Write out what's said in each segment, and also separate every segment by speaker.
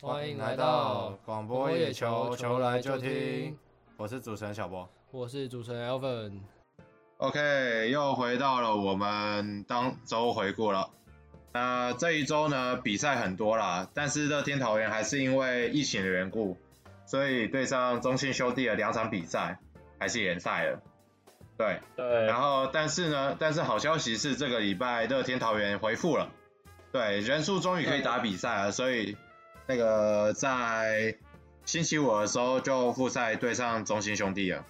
Speaker 1: 欢迎来到
Speaker 2: 广
Speaker 1: 我
Speaker 2: 播野球，球来就听。。我是主持人小波。
Speaker 1: 我是主持人 Alvin，
Speaker 2: OK，又回到了我们当周回顾了。那这一周呢，比赛很多啦，但是乐天桃园还是因为疫情的缘故，所以对上中信兄弟的两场比赛还是延赛了。对，
Speaker 3: 对
Speaker 2: 然，后，但是呢，但是好消息是，这个礼拜乐天桃园回复了，对，人数终于可以打比赛了，所以那个在星期五的时候就复赛对上中心兄弟了。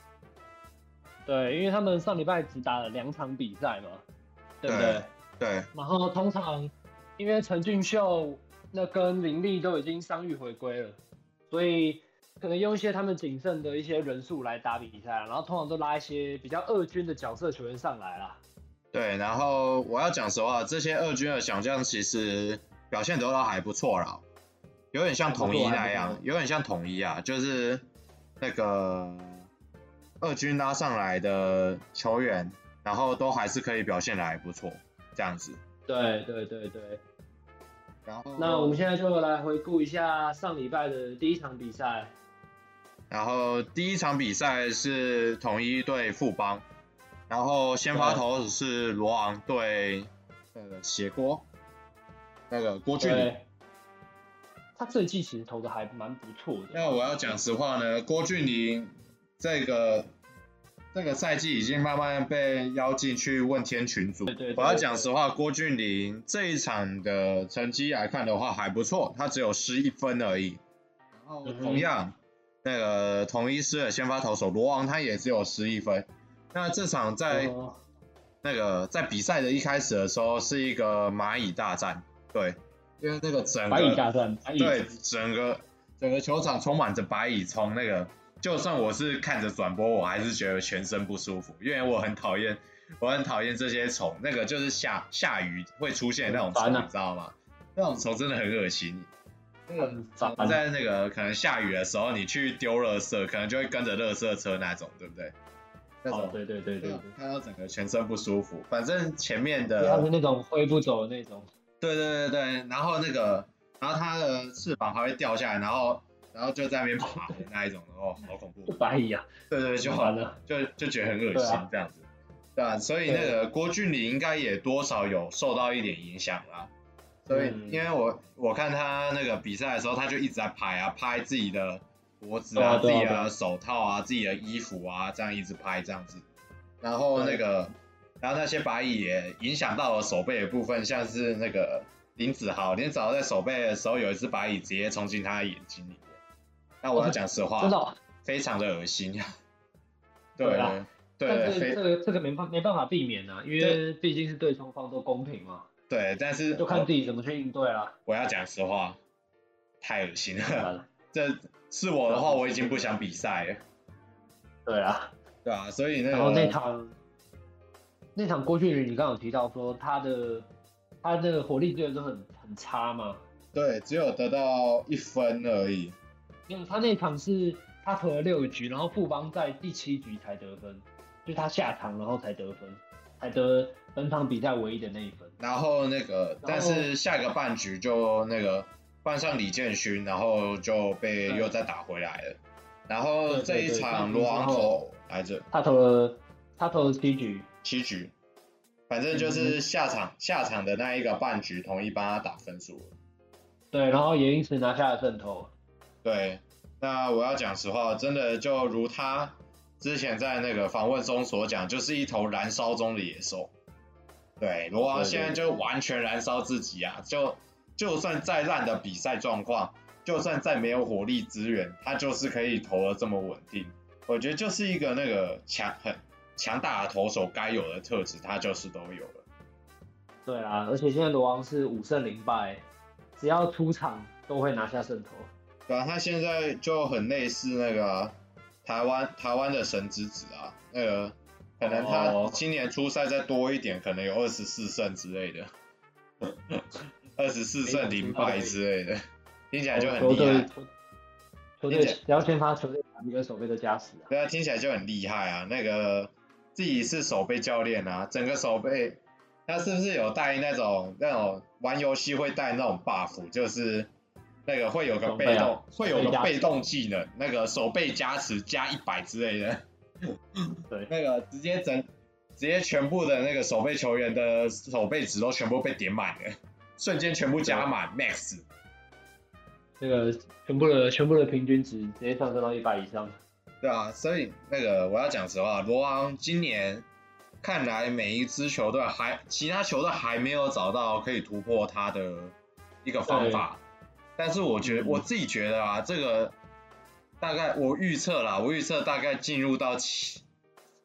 Speaker 3: 对，因为他们上礼拜只打了两场比赛嘛，对不对？
Speaker 2: 对
Speaker 3: 然后通常因为陈俊秀那跟林立都已经伤愈回归了，所以可能用一些他们仅剩的一些人数来打比赛，然后通常都拉一些比较二军的角色球员上来啦。
Speaker 2: 对，然后我要讲实话，这些二军的小将其实表现得到还不错啦，有点像统一那
Speaker 3: 还不
Speaker 2: 样
Speaker 3: 错，
Speaker 2: 有点像统一啊，就是那个二军拉上来的球员，然后都还是可以表现得还不错，这样子。
Speaker 3: 对对对对，
Speaker 2: 然后
Speaker 3: 那我们现在就来回顾一下上礼拜的第一场比赛。
Speaker 2: 然后第一场比赛是统一对富邦，然后先发投手是罗昂对那个斜锅，那个郭俊麟。
Speaker 3: 对，他这一季其实投的还蛮不错的。
Speaker 2: 那我要讲实话呢，郭俊麟这个这个赛季已经慢慢被邀进去问天群组。
Speaker 3: 对对对
Speaker 2: 我要讲实话，郭俊麟这一场的成绩来看的话还不错，他只有失一分而已。然后
Speaker 3: 嗯哼
Speaker 2: 同样，那个同一师的先发投手罗昂他也只有失一分。那这场在、
Speaker 3: 哦
Speaker 2: 那个在比赛的一开始的时候是一个蚂蚁大战，对，因为那个整
Speaker 3: 白蚁
Speaker 2: 个
Speaker 3: 大战，白蚁
Speaker 2: 对，整个整个球场充满着白蚁从那个，就算我是看着转播，我还是觉得全身不舒服，因为我很讨厌，我很讨厌这些虫，那个就是下下雨会出现的那种
Speaker 3: 很
Speaker 2: 虫，
Speaker 3: 烦啊
Speaker 2: 你知道吗？那种虫真的很恶心。那个
Speaker 3: 很烦
Speaker 2: 虫在那个可能下雨的时候，你去丢垃圾，可能就会跟着垃圾车那种，对不对？那
Speaker 3: 哦
Speaker 2: 种，
Speaker 3: 对对对对对。
Speaker 2: 看到整个全身不舒服。反正前面的
Speaker 3: 他是那种挥不走的那种。
Speaker 2: 对对对对，然后那个，然后它的翅膀还会掉下来，然后然后就在那边爬的那一种，哦，好恐怖。
Speaker 3: 白蚁啊，
Speaker 2: 对对，就
Speaker 3: 就完了。
Speaker 2: 就就觉得很恶
Speaker 3: 对
Speaker 2: 心
Speaker 3: 啊
Speaker 2: 这样子。对啊，所以那个郭俊麟应该也多少有受到一点影响啦。所以，
Speaker 3: 嗯
Speaker 2: 因为我我看他那个比赛的时候，他就一直在拍啊，拍自己的脖子
Speaker 3: 对
Speaker 2: 啊、
Speaker 3: 啊
Speaker 2: 自
Speaker 3: 对啊
Speaker 2: 己
Speaker 3: 对啊
Speaker 2: 的手套啊、自己的衣服啊，这样一直拍这样子。然后那个，然后那些白蚁也影响到了手背的部分，像是那个林子豪，林子豪在手背的时候有一只白蚁直接冲进他的眼睛里面。那我要讲实话，
Speaker 3: 真的哦、
Speaker 2: 非常的恶心。
Speaker 3: 对
Speaker 2: 对
Speaker 3: 啊
Speaker 2: 对
Speaker 3: 但是这
Speaker 2: 非
Speaker 3: 个这个没办没办法避免啊，因为毕竟是对双方都公平嘛，
Speaker 2: 对，但是
Speaker 3: 就看
Speaker 2: 我
Speaker 3: 自己怎么去应对啊啦。
Speaker 2: 我要讲实话，太恶心
Speaker 3: 对
Speaker 2: 了。
Speaker 3: 啊
Speaker 2: 这是我的话，我已经不想比赛了。
Speaker 3: 对啊，
Speaker 2: 对啊，所以那个
Speaker 3: 然后那场那场郭俊霖，你刚刚有提到说他的他的火力资源都很很差嘛，
Speaker 2: 对只有得到一分而已。
Speaker 3: 因为他那场是他投了六局，然后富邦在第七局才得分，就是他下场然后才得分，才得本场比赛唯一的那一分。
Speaker 2: 然后那个，
Speaker 3: 然后
Speaker 2: 但是下一个半局就那个换上李建勋，然后就被
Speaker 3: 对
Speaker 2: 又再打回来了。然后
Speaker 3: 对对
Speaker 2: 这一
Speaker 3: 对
Speaker 2: 场
Speaker 3: 半局之
Speaker 2: 罗昂
Speaker 3: 后
Speaker 2: 头来着，
Speaker 3: 他投了他投了七局，
Speaker 2: 七局，反
Speaker 3: 嗯
Speaker 2: 正就是下场、下场的那一个半局，统一帮他打分数了
Speaker 3: 对，然后也因此拿下了胜投。
Speaker 2: 对，那我要讲实话，真的就如他之前在那个访问中所讲，就是一头燃烧中的野兽。对，罗昂
Speaker 3: 对对
Speaker 2: 现在就完全燃烧自己啊！就就算再烂的比赛状况，就算再没有火力资源，他就是可以投的这么稳定。我觉得就是一个那个强很强大的投手该有的特质，他就是都有了。
Speaker 3: 对啊，而且现在罗王是五胜零败，只要出场都会拿下胜投。
Speaker 2: 对啊，他现在就很类似那个啊台湾台湾的神之子啊，那个可能他
Speaker 3: 哦
Speaker 2: 今年初赛再多一点，可能有二十四胜之类的，二十四胜零败之类的，听起哎来就很
Speaker 3: 球
Speaker 2: 厉
Speaker 3: 队
Speaker 2: 害。
Speaker 3: 球球
Speaker 2: 理
Speaker 3: 队
Speaker 2: 解
Speaker 3: 只要先发球队打一个手背的加持啊。
Speaker 2: 对啊，听起来就很厉害啊。那个自己是手背教练啊，整个手背，他是不是有带那种那种玩游戏会带那种 buff，就是那个会有个
Speaker 3: 手
Speaker 2: 被
Speaker 3: 背啊
Speaker 2: 动，会有
Speaker 3: 手背
Speaker 2: 个
Speaker 3: 加持
Speaker 2: 被动技能，那个手背加持加一百之类的。
Speaker 3: 对
Speaker 2: 那个直接整，直接全部的那个守备球员的守备值都全部被点满了，瞬间全部加满 max。
Speaker 3: 那个全部的全部的平均值直接上升到一百以上。
Speaker 2: 对啊，所以那个我要讲实话，罗昂今年看来每一支球队还其他球队还没有找到可以突破他的一个方法，但是我觉得、
Speaker 3: 嗯
Speaker 2: 我自己觉得啊，这个大概我预测啦，我预测大概进入到七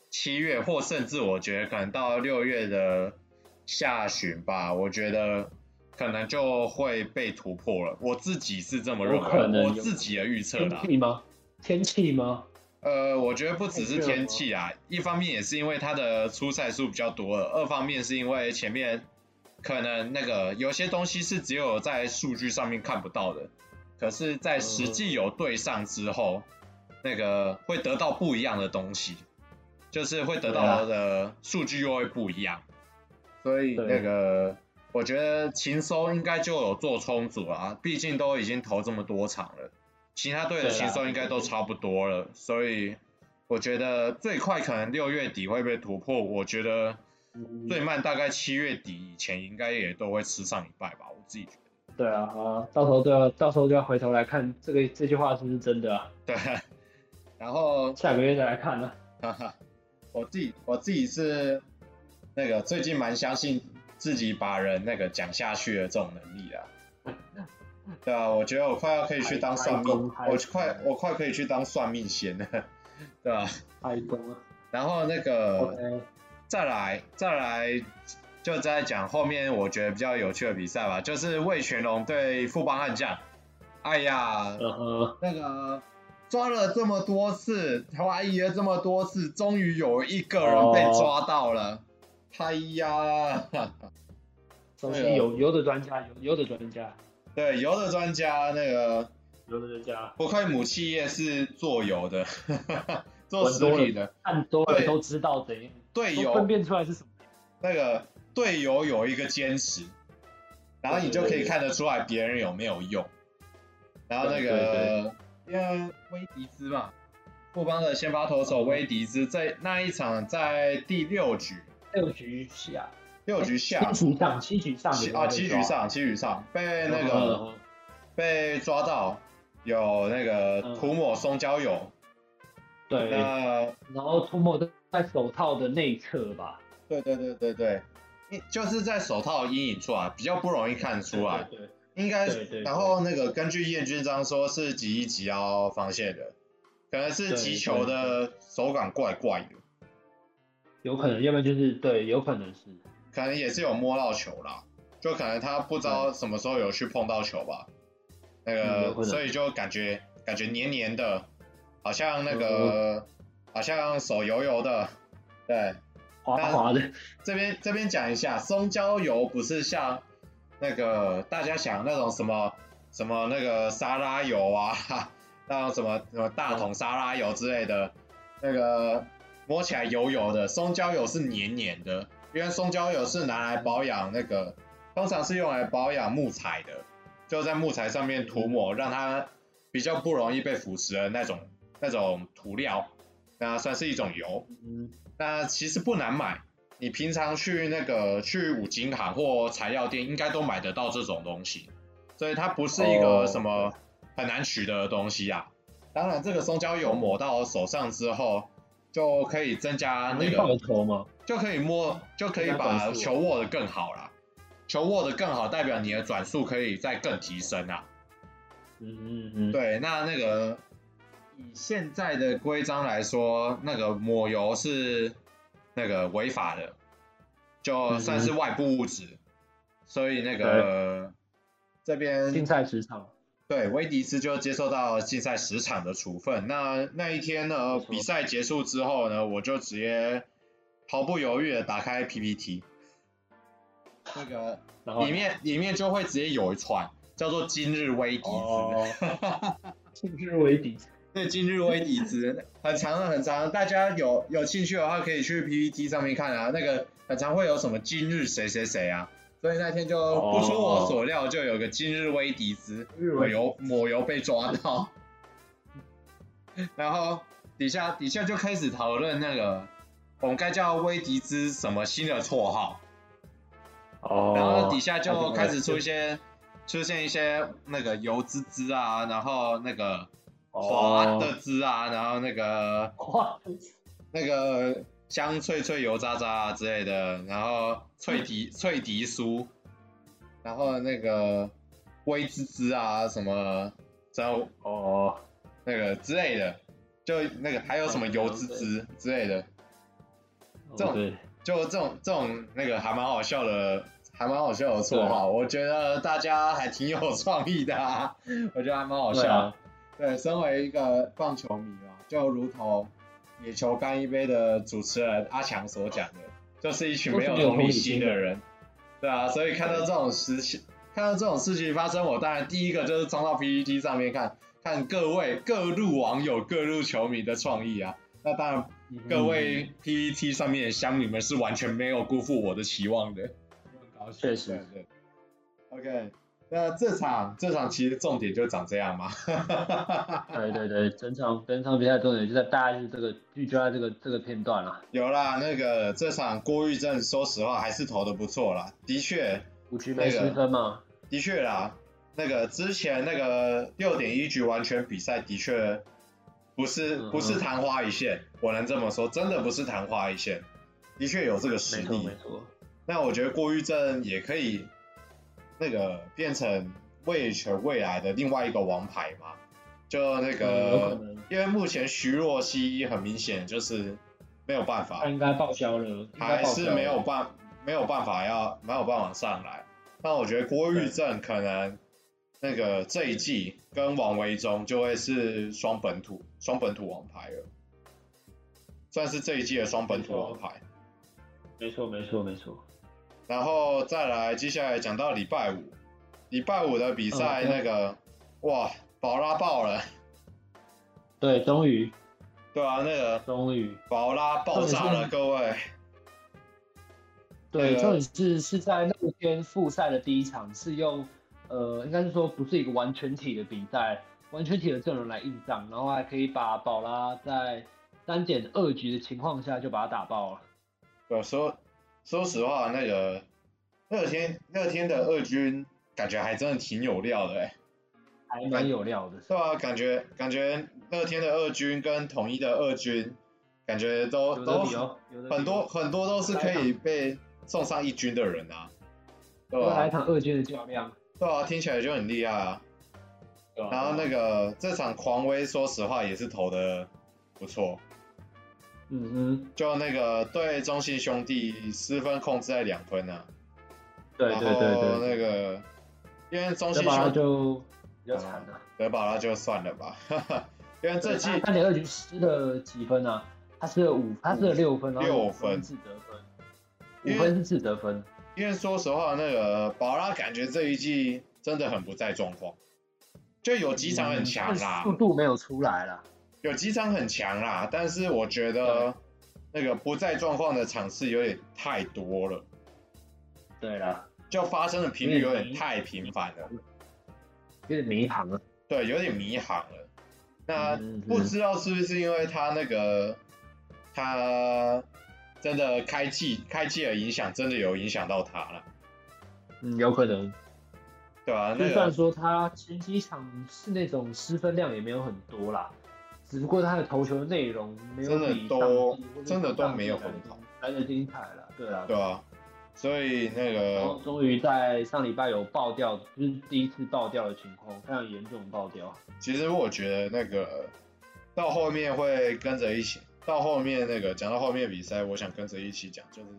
Speaker 2: 七月，或甚至我觉得可能到六月的下旬吧，我觉得可能就会被突破了。我自己是这么认
Speaker 3: 有可能
Speaker 2: 为，我
Speaker 3: 有
Speaker 2: 自己的预测
Speaker 3: 天
Speaker 2: 啦。
Speaker 3: 气吗？天气吗？
Speaker 2: 呃，我觉得不只是天气啊，一方面也是因为他的出赛数比较多了，二方面是因为前面可能那个有些东西是只有在数据上面看不到的，可是，在实际有对上之后，那个会得到不一样的东西，就是会得到的呃数据又会不一样，所以
Speaker 3: 对
Speaker 2: 那个我觉得秦收应该就有做充足啊，毕竟都已经投这么多场了。其他队的
Speaker 3: 对啦
Speaker 2: 轻松应该都差不多了，所以我觉得最快可能六月底会被突破，我觉得
Speaker 3: 嗯
Speaker 2: 最慢大概七月底以前应该也都会吃上一拜吧，我自己觉得。
Speaker 3: 对啊，啊，到时候就要到时候就要回头来看这个这句话是不是真的啊？
Speaker 2: 对， 然后
Speaker 3: 下个月再来看啊呢、
Speaker 2: 哈哈，我自己我自己是那个最近蛮相信自己把人那个讲下去的这种能力啊。对啊，我觉得我快要可以去当算
Speaker 3: 开
Speaker 2: 命
Speaker 3: 工，开
Speaker 2: 我快我快可以去当算命仙了，对吧、
Speaker 3: 太多了。
Speaker 2: 然后那个
Speaker 3: OK，
Speaker 2: 再来，再来，就再讲后面我觉得比较有趣的比赛吧，就是魏全龙对富邦悍将。哎呀，
Speaker 3: 嗯哼，
Speaker 2: 那个抓了这么多次，怀疑了这么多次，终于有一个人被抓到了。哎呀，
Speaker 3: 东西有有的专家，有有的专家，
Speaker 2: 对，油的专家那个
Speaker 3: 有的专家
Speaker 2: 不愧母企业是做油的， 做食品的，
Speaker 3: 看多了
Speaker 2: 对
Speaker 3: 都知道怎样，
Speaker 2: 对
Speaker 3: 都分
Speaker 2: 油
Speaker 3: 辨出来是什么。
Speaker 2: 那个队友有一个坚持，然后你就可以看得出来别人有没有用。然后那个因为威迪兹嘛，富邦的先发投手威迪兹在那一场在第六局
Speaker 3: 六局下，
Speaker 2: 六局下
Speaker 3: 七局上，七局上有
Speaker 2: 七
Speaker 3: 没有被抓
Speaker 2: 啊七局，上七局上被那
Speaker 3: 嗯
Speaker 2: 个
Speaker 3: 哼
Speaker 2: 被抓到有那个
Speaker 3: 嗯
Speaker 2: 涂抹松胶油，
Speaker 3: 对，
Speaker 2: 那
Speaker 3: 然后涂抹在手套的内侧吧，
Speaker 2: 对对对对对，因就是在手套的阴影处啊，比较不容易看出来。
Speaker 3: 对对
Speaker 2: 应该，
Speaker 3: 对对
Speaker 2: 然后那个根据燕军章说是极一极腰防线的，可能是
Speaker 3: 对
Speaker 2: 击球的手感怪怪的，
Speaker 3: 有可能，要不然就是对，有可能是，
Speaker 2: 可能也是有摸到球啦，就可能他不知道什么时候有去碰到球吧，那
Speaker 3: 嗯有
Speaker 2: 个、
Speaker 3: 可能
Speaker 2: 所以就感觉感觉黏黏的，好像
Speaker 3: 嗯
Speaker 2: 那个、好像手油油的，对，
Speaker 3: 滑
Speaker 2: 但
Speaker 3: 滑的，
Speaker 2: 这边这边讲一下，松焦油不是像那个大家想那种什么什么那个沙拉油啊， 那种什么什么大桶沙拉油之类的，那个摸起来油油的，松焦油是黏黏的，因为松焦油是拿来保养那个，通常是用来保养木材的，就在木材上面涂抹，让它比较不容易被腐蚀的那种那种涂料，那算是一种油。
Speaker 3: 嗯，
Speaker 2: 那其实不难买，你平常去那个去五金行或材料店应该都买得到这种东西，所以它不是一个
Speaker 3: 哦
Speaker 2: 什么很难取得的东西啊。当然，这个松胶油抹到手上之后，就可以增加那
Speaker 3: 爆
Speaker 2: 个，
Speaker 3: 头嘛，
Speaker 2: 就可以摸，就可以把
Speaker 3: 增加转速
Speaker 2: 球握得更好啦。球握得更好，代表你的转速可以再更提升啊。
Speaker 3: 嗯嗯嗯，
Speaker 2: 对，那那个以现在的规章来说，那个抹油是那个违法的，
Speaker 3: 嗯
Speaker 2: 就算是外部物质，所以那个这
Speaker 3: 竞
Speaker 2: 边
Speaker 3: 赛职场，
Speaker 2: 对威迪斯就接受到禁赛十场的处分。那那一天呢，
Speaker 3: 没错
Speaker 2: 比赛结束之后呢，我就直接毫不犹豫的打开 PPT，那个
Speaker 3: 然后
Speaker 2: 里面里面就会直接有一串叫做“今日威迪斯”
Speaker 3: 哦， 性质为底，
Speaker 2: 对，今日威底子很长的，很长的。大家有有兴趣的话，可以去 PPT 上面看啊。那个很常会有什么今日谁谁谁啊，所以那天就不出我所料，就有个今日威迪兹
Speaker 3: 日
Speaker 2: 抹
Speaker 3: 文
Speaker 2: 油抹油被抓到， 然后底下底下就开始讨论那个我们该叫威迪兹什么新的绰号，
Speaker 4: 哦，
Speaker 2: 然后底下就开始出一些出现一些那个油滋滋啊，然后那个
Speaker 4: 哦
Speaker 2: 滑的滋啊，然后那个
Speaker 3: 哇，
Speaker 2: 那个香脆脆油渣渣啊之类的，然后脆皮脆皮酥，然后那个微滋滋啊什么，然后
Speaker 4: 哦，
Speaker 2: 那个之类的，就那个还有什么油滋滋之类的，这种
Speaker 4: 对，
Speaker 2: 就这种这种那个还蛮好笑的，还蛮好笑的绰号，我觉得大家还挺有创意的、啊，我觉得还蛮好笑
Speaker 4: 对
Speaker 2: 的。
Speaker 4: 啊，
Speaker 2: 对，身为一个棒球迷嘛，就如同野球干一杯的主持人阿强所讲的，就是一群没有同理心的人。对啊，所以看到这种事情，看到这种事情发生，我当然第一个就是冲到 PPT 上面看，看各位各路网友、各路球迷的创意啊。那当然，各位 PPT 上面的乡民们是完全没有辜负我的期望的。
Speaker 3: 搞笑
Speaker 4: 确
Speaker 2: 对
Speaker 4: 实，
Speaker 2: 对。OK，那这场这场其实重点就长这样嘛。
Speaker 3: 嗯
Speaker 4: 对对对，整场
Speaker 3: 整场比赛重点就在大概是这个聚焦在这个这个片段了、
Speaker 2: 有啦，那个这场郭玉正说实话还是投的不错啦，的确，
Speaker 3: 五局
Speaker 2: 没
Speaker 3: 没
Speaker 2: 失
Speaker 3: 失分嘛，
Speaker 2: 的确啦，那个之前那个六点一局完全比赛的确不是
Speaker 3: 嗯
Speaker 2: 不是昙花一现，我能这么说，真的不是昙花一现，的确有这个实
Speaker 4: 没错
Speaker 2: 力
Speaker 4: 没。错，
Speaker 2: 那我觉得郭玉正也可以那个变成魏权未来的另外一个王牌嘛，就那
Speaker 4: 嗯有可
Speaker 2: 个，
Speaker 4: 能
Speaker 2: 因为目前徐若曦很明显就是没有办
Speaker 4: 嗯
Speaker 2: 法，
Speaker 3: 他应该报销了，应该
Speaker 2: 还
Speaker 3: 报销
Speaker 2: 是
Speaker 3: 了
Speaker 2: 没有办没有办法要没有办法上来。但我觉得郭玉正可能那个这一季跟王维忠就会是双本土双本土王牌了，算是这一季的双本土王牌。
Speaker 4: 没错没错没错，
Speaker 2: 然后再来，接下来讲到礼拜五，礼拜五的比赛
Speaker 3: 嗯对
Speaker 2: 那个、哇，宝拉爆了，
Speaker 3: 对，终于
Speaker 2: 对啊，那个
Speaker 3: 终于
Speaker 2: 宝拉爆炸
Speaker 3: 重点
Speaker 2: 了，
Speaker 3: 是
Speaker 2: 各位。
Speaker 3: 对，哎
Speaker 2: 呃
Speaker 3: 重点是是在那天复赛的第一场是用，呃，应该是说不是一个完全体的比赛，完全体的阵容来应战，然后还可以把宝拉在三点二局的情况下就把他打爆了。
Speaker 2: 对，啊说说实话，那个乐天乐天的二军感觉还真的挺有料的哎，
Speaker 3: 还蛮有料的，
Speaker 2: 对啊，感觉感觉乐天的二军跟统一的二军，感觉都
Speaker 3: 有
Speaker 2: 都
Speaker 3: 的比哦，有的比哦
Speaker 2: 很多。很多都是可以被送上一军的人啊，对
Speaker 3: 又
Speaker 2: 吧、
Speaker 3: 来一场二军的较量，
Speaker 2: 对啊，听起来就很厉害啊。
Speaker 4: 对
Speaker 3: 哦
Speaker 4: 啊
Speaker 2: 然后那个这场狂威，说实话也是投的不错，
Speaker 3: 嗯哼，
Speaker 2: 就那个对中信兄弟失分控制在两分啊。
Speaker 4: 对对对
Speaker 2: 然后
Speaker 4: 对，
Speaker 2: 那个，因为中
Speaker 3: 德
Speaker 2: 信
Speaker 3: 宝拉
Speaker 2: 兄
Speaker 3: 就比较惨了。
Speaker 2: 德保拉就算了吧， 因为这季
Speaker 3: 三点二局失了几分啊？他失了五，他失了六分，然后
Speaker 2: 六
Speaker 3: 五
Speaker 2: 分
Speaker 3: 是得分，
Speaker 2: 因为
Speaker 3: 五分是自得分。
Speaker 2: 因为说实话，那个保拉感觉这一季真的很不在状况，就有几场很强啦，
Speaker 3: 速度没有出来啦。
Speaker 2: 有几场很强啦，但是我觉得那个不在状况的场次有点太多了，
Speaker 3: 对啦，
Speaker 2: 就发生的频率有点太频繁了，
Speaker 3: 嗯有点迷航啊了。
Speaker 2: 对，有点迷航了。那
Speaker 3: 嗯
Speaker 2: 不知道是不是因为他那个他真的开季开季的影响，真的有影响到他了。
Speaker 3: 嗯，有可能。
Speaker 2: 对啊，
Speaker 3: 就
Speaker 2: 那
Speaker 3: 算
Speaker 2: 个
Speaker 3: 说他前几场是那种失分量也没有很多啦，只不过他的投球内容没有
Speaker 2: 真的
Speaker 3: 比
Speaker 2: 都
Speaker 3: 上季或者
Speaker 2: 真的都
Speaker 3: 上季
Speaker 2: 没有
Speaker 3: 来得
Speaker 2: 很好
Speaker 3: 来的精彩了。对啊，
Speaker 2: 对啊，所以那
Speaker 3: 然后
Speaker 2: 个
Speaker 3: 终于在上礼拜有爆掉，就是第一次爆掉的情况，非常严重爆掉。
Speaker 2: 其实我觉得那个到后面会跟着一起，到后面那个讲到后面比赛，我想跟着一起讲，就是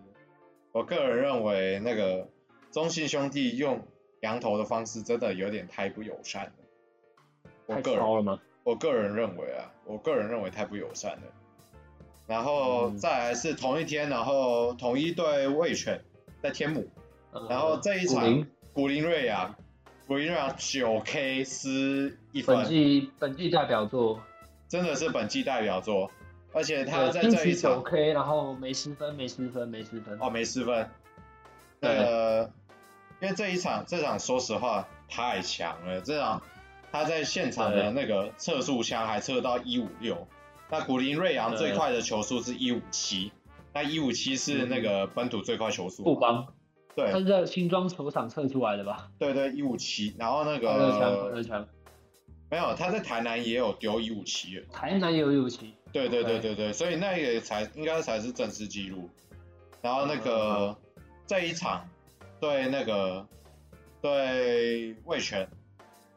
Speaker 2: 我个人认为那个中信兄弟用羊头的方式真的有点太不友善了。我
Speaker 3: 太
Speaker 2: 个人
Speaker 3: 超了吗？
Speaker 2: 我个人认为啊，我个人认为太不友善了。然后
Speaker 3: 嗯
Speaker 2: 再来是同一天，然后统一对卫权在天母，然后这一
Speaker 3: 古嗯
Speaker 2: 场
Speaker 3: 林
Speaker 2: 古林瑞阳，古林瑞阳九 K 失一
Speaker 3: 本
Speaker 2: 分，
Speaker 3: 季本季代表作，
Speaker 2: 真的是本季代表作。而且他在
Speaker 3: 对
Speaker 2: 这
Speaker 3: 支
Speaker 2: 一
Speaker 3: 持
Speaker 2: 场哦
Speaker 3: OK，然后没失分，没失分，没失分。
Speaker 2: 哦没失分，
Speaker 3: 对
Speaker 2: 呃，因为这一场这场说实话太强了，这场他在现场的那个测速枪还测到一五六，那古林瑞阳最快的球速是一五七，那一五七是
Speaker 3: 嗯
Speaker 2: 那个本土最快球速
Speaker 4: 布
Speaker 2: 嘛，
Speaker 4: 邦
Speaker 2: 对
Speaker 3: 他是在新庄球场测出来的吧？
Speaker 2: 对对一五七，然后那
Speaker 4: 快乐枪，快乐
Speaker 2: 个
Speaker 4: 枪，
Speaker 2: 没有他在台南也有丢一五七，
Speaker 3: 台南也有一五七，
Speaker 2: 对对对对对，所以那也才应该才是正式记录。然后那个、这一场对那个对魏权，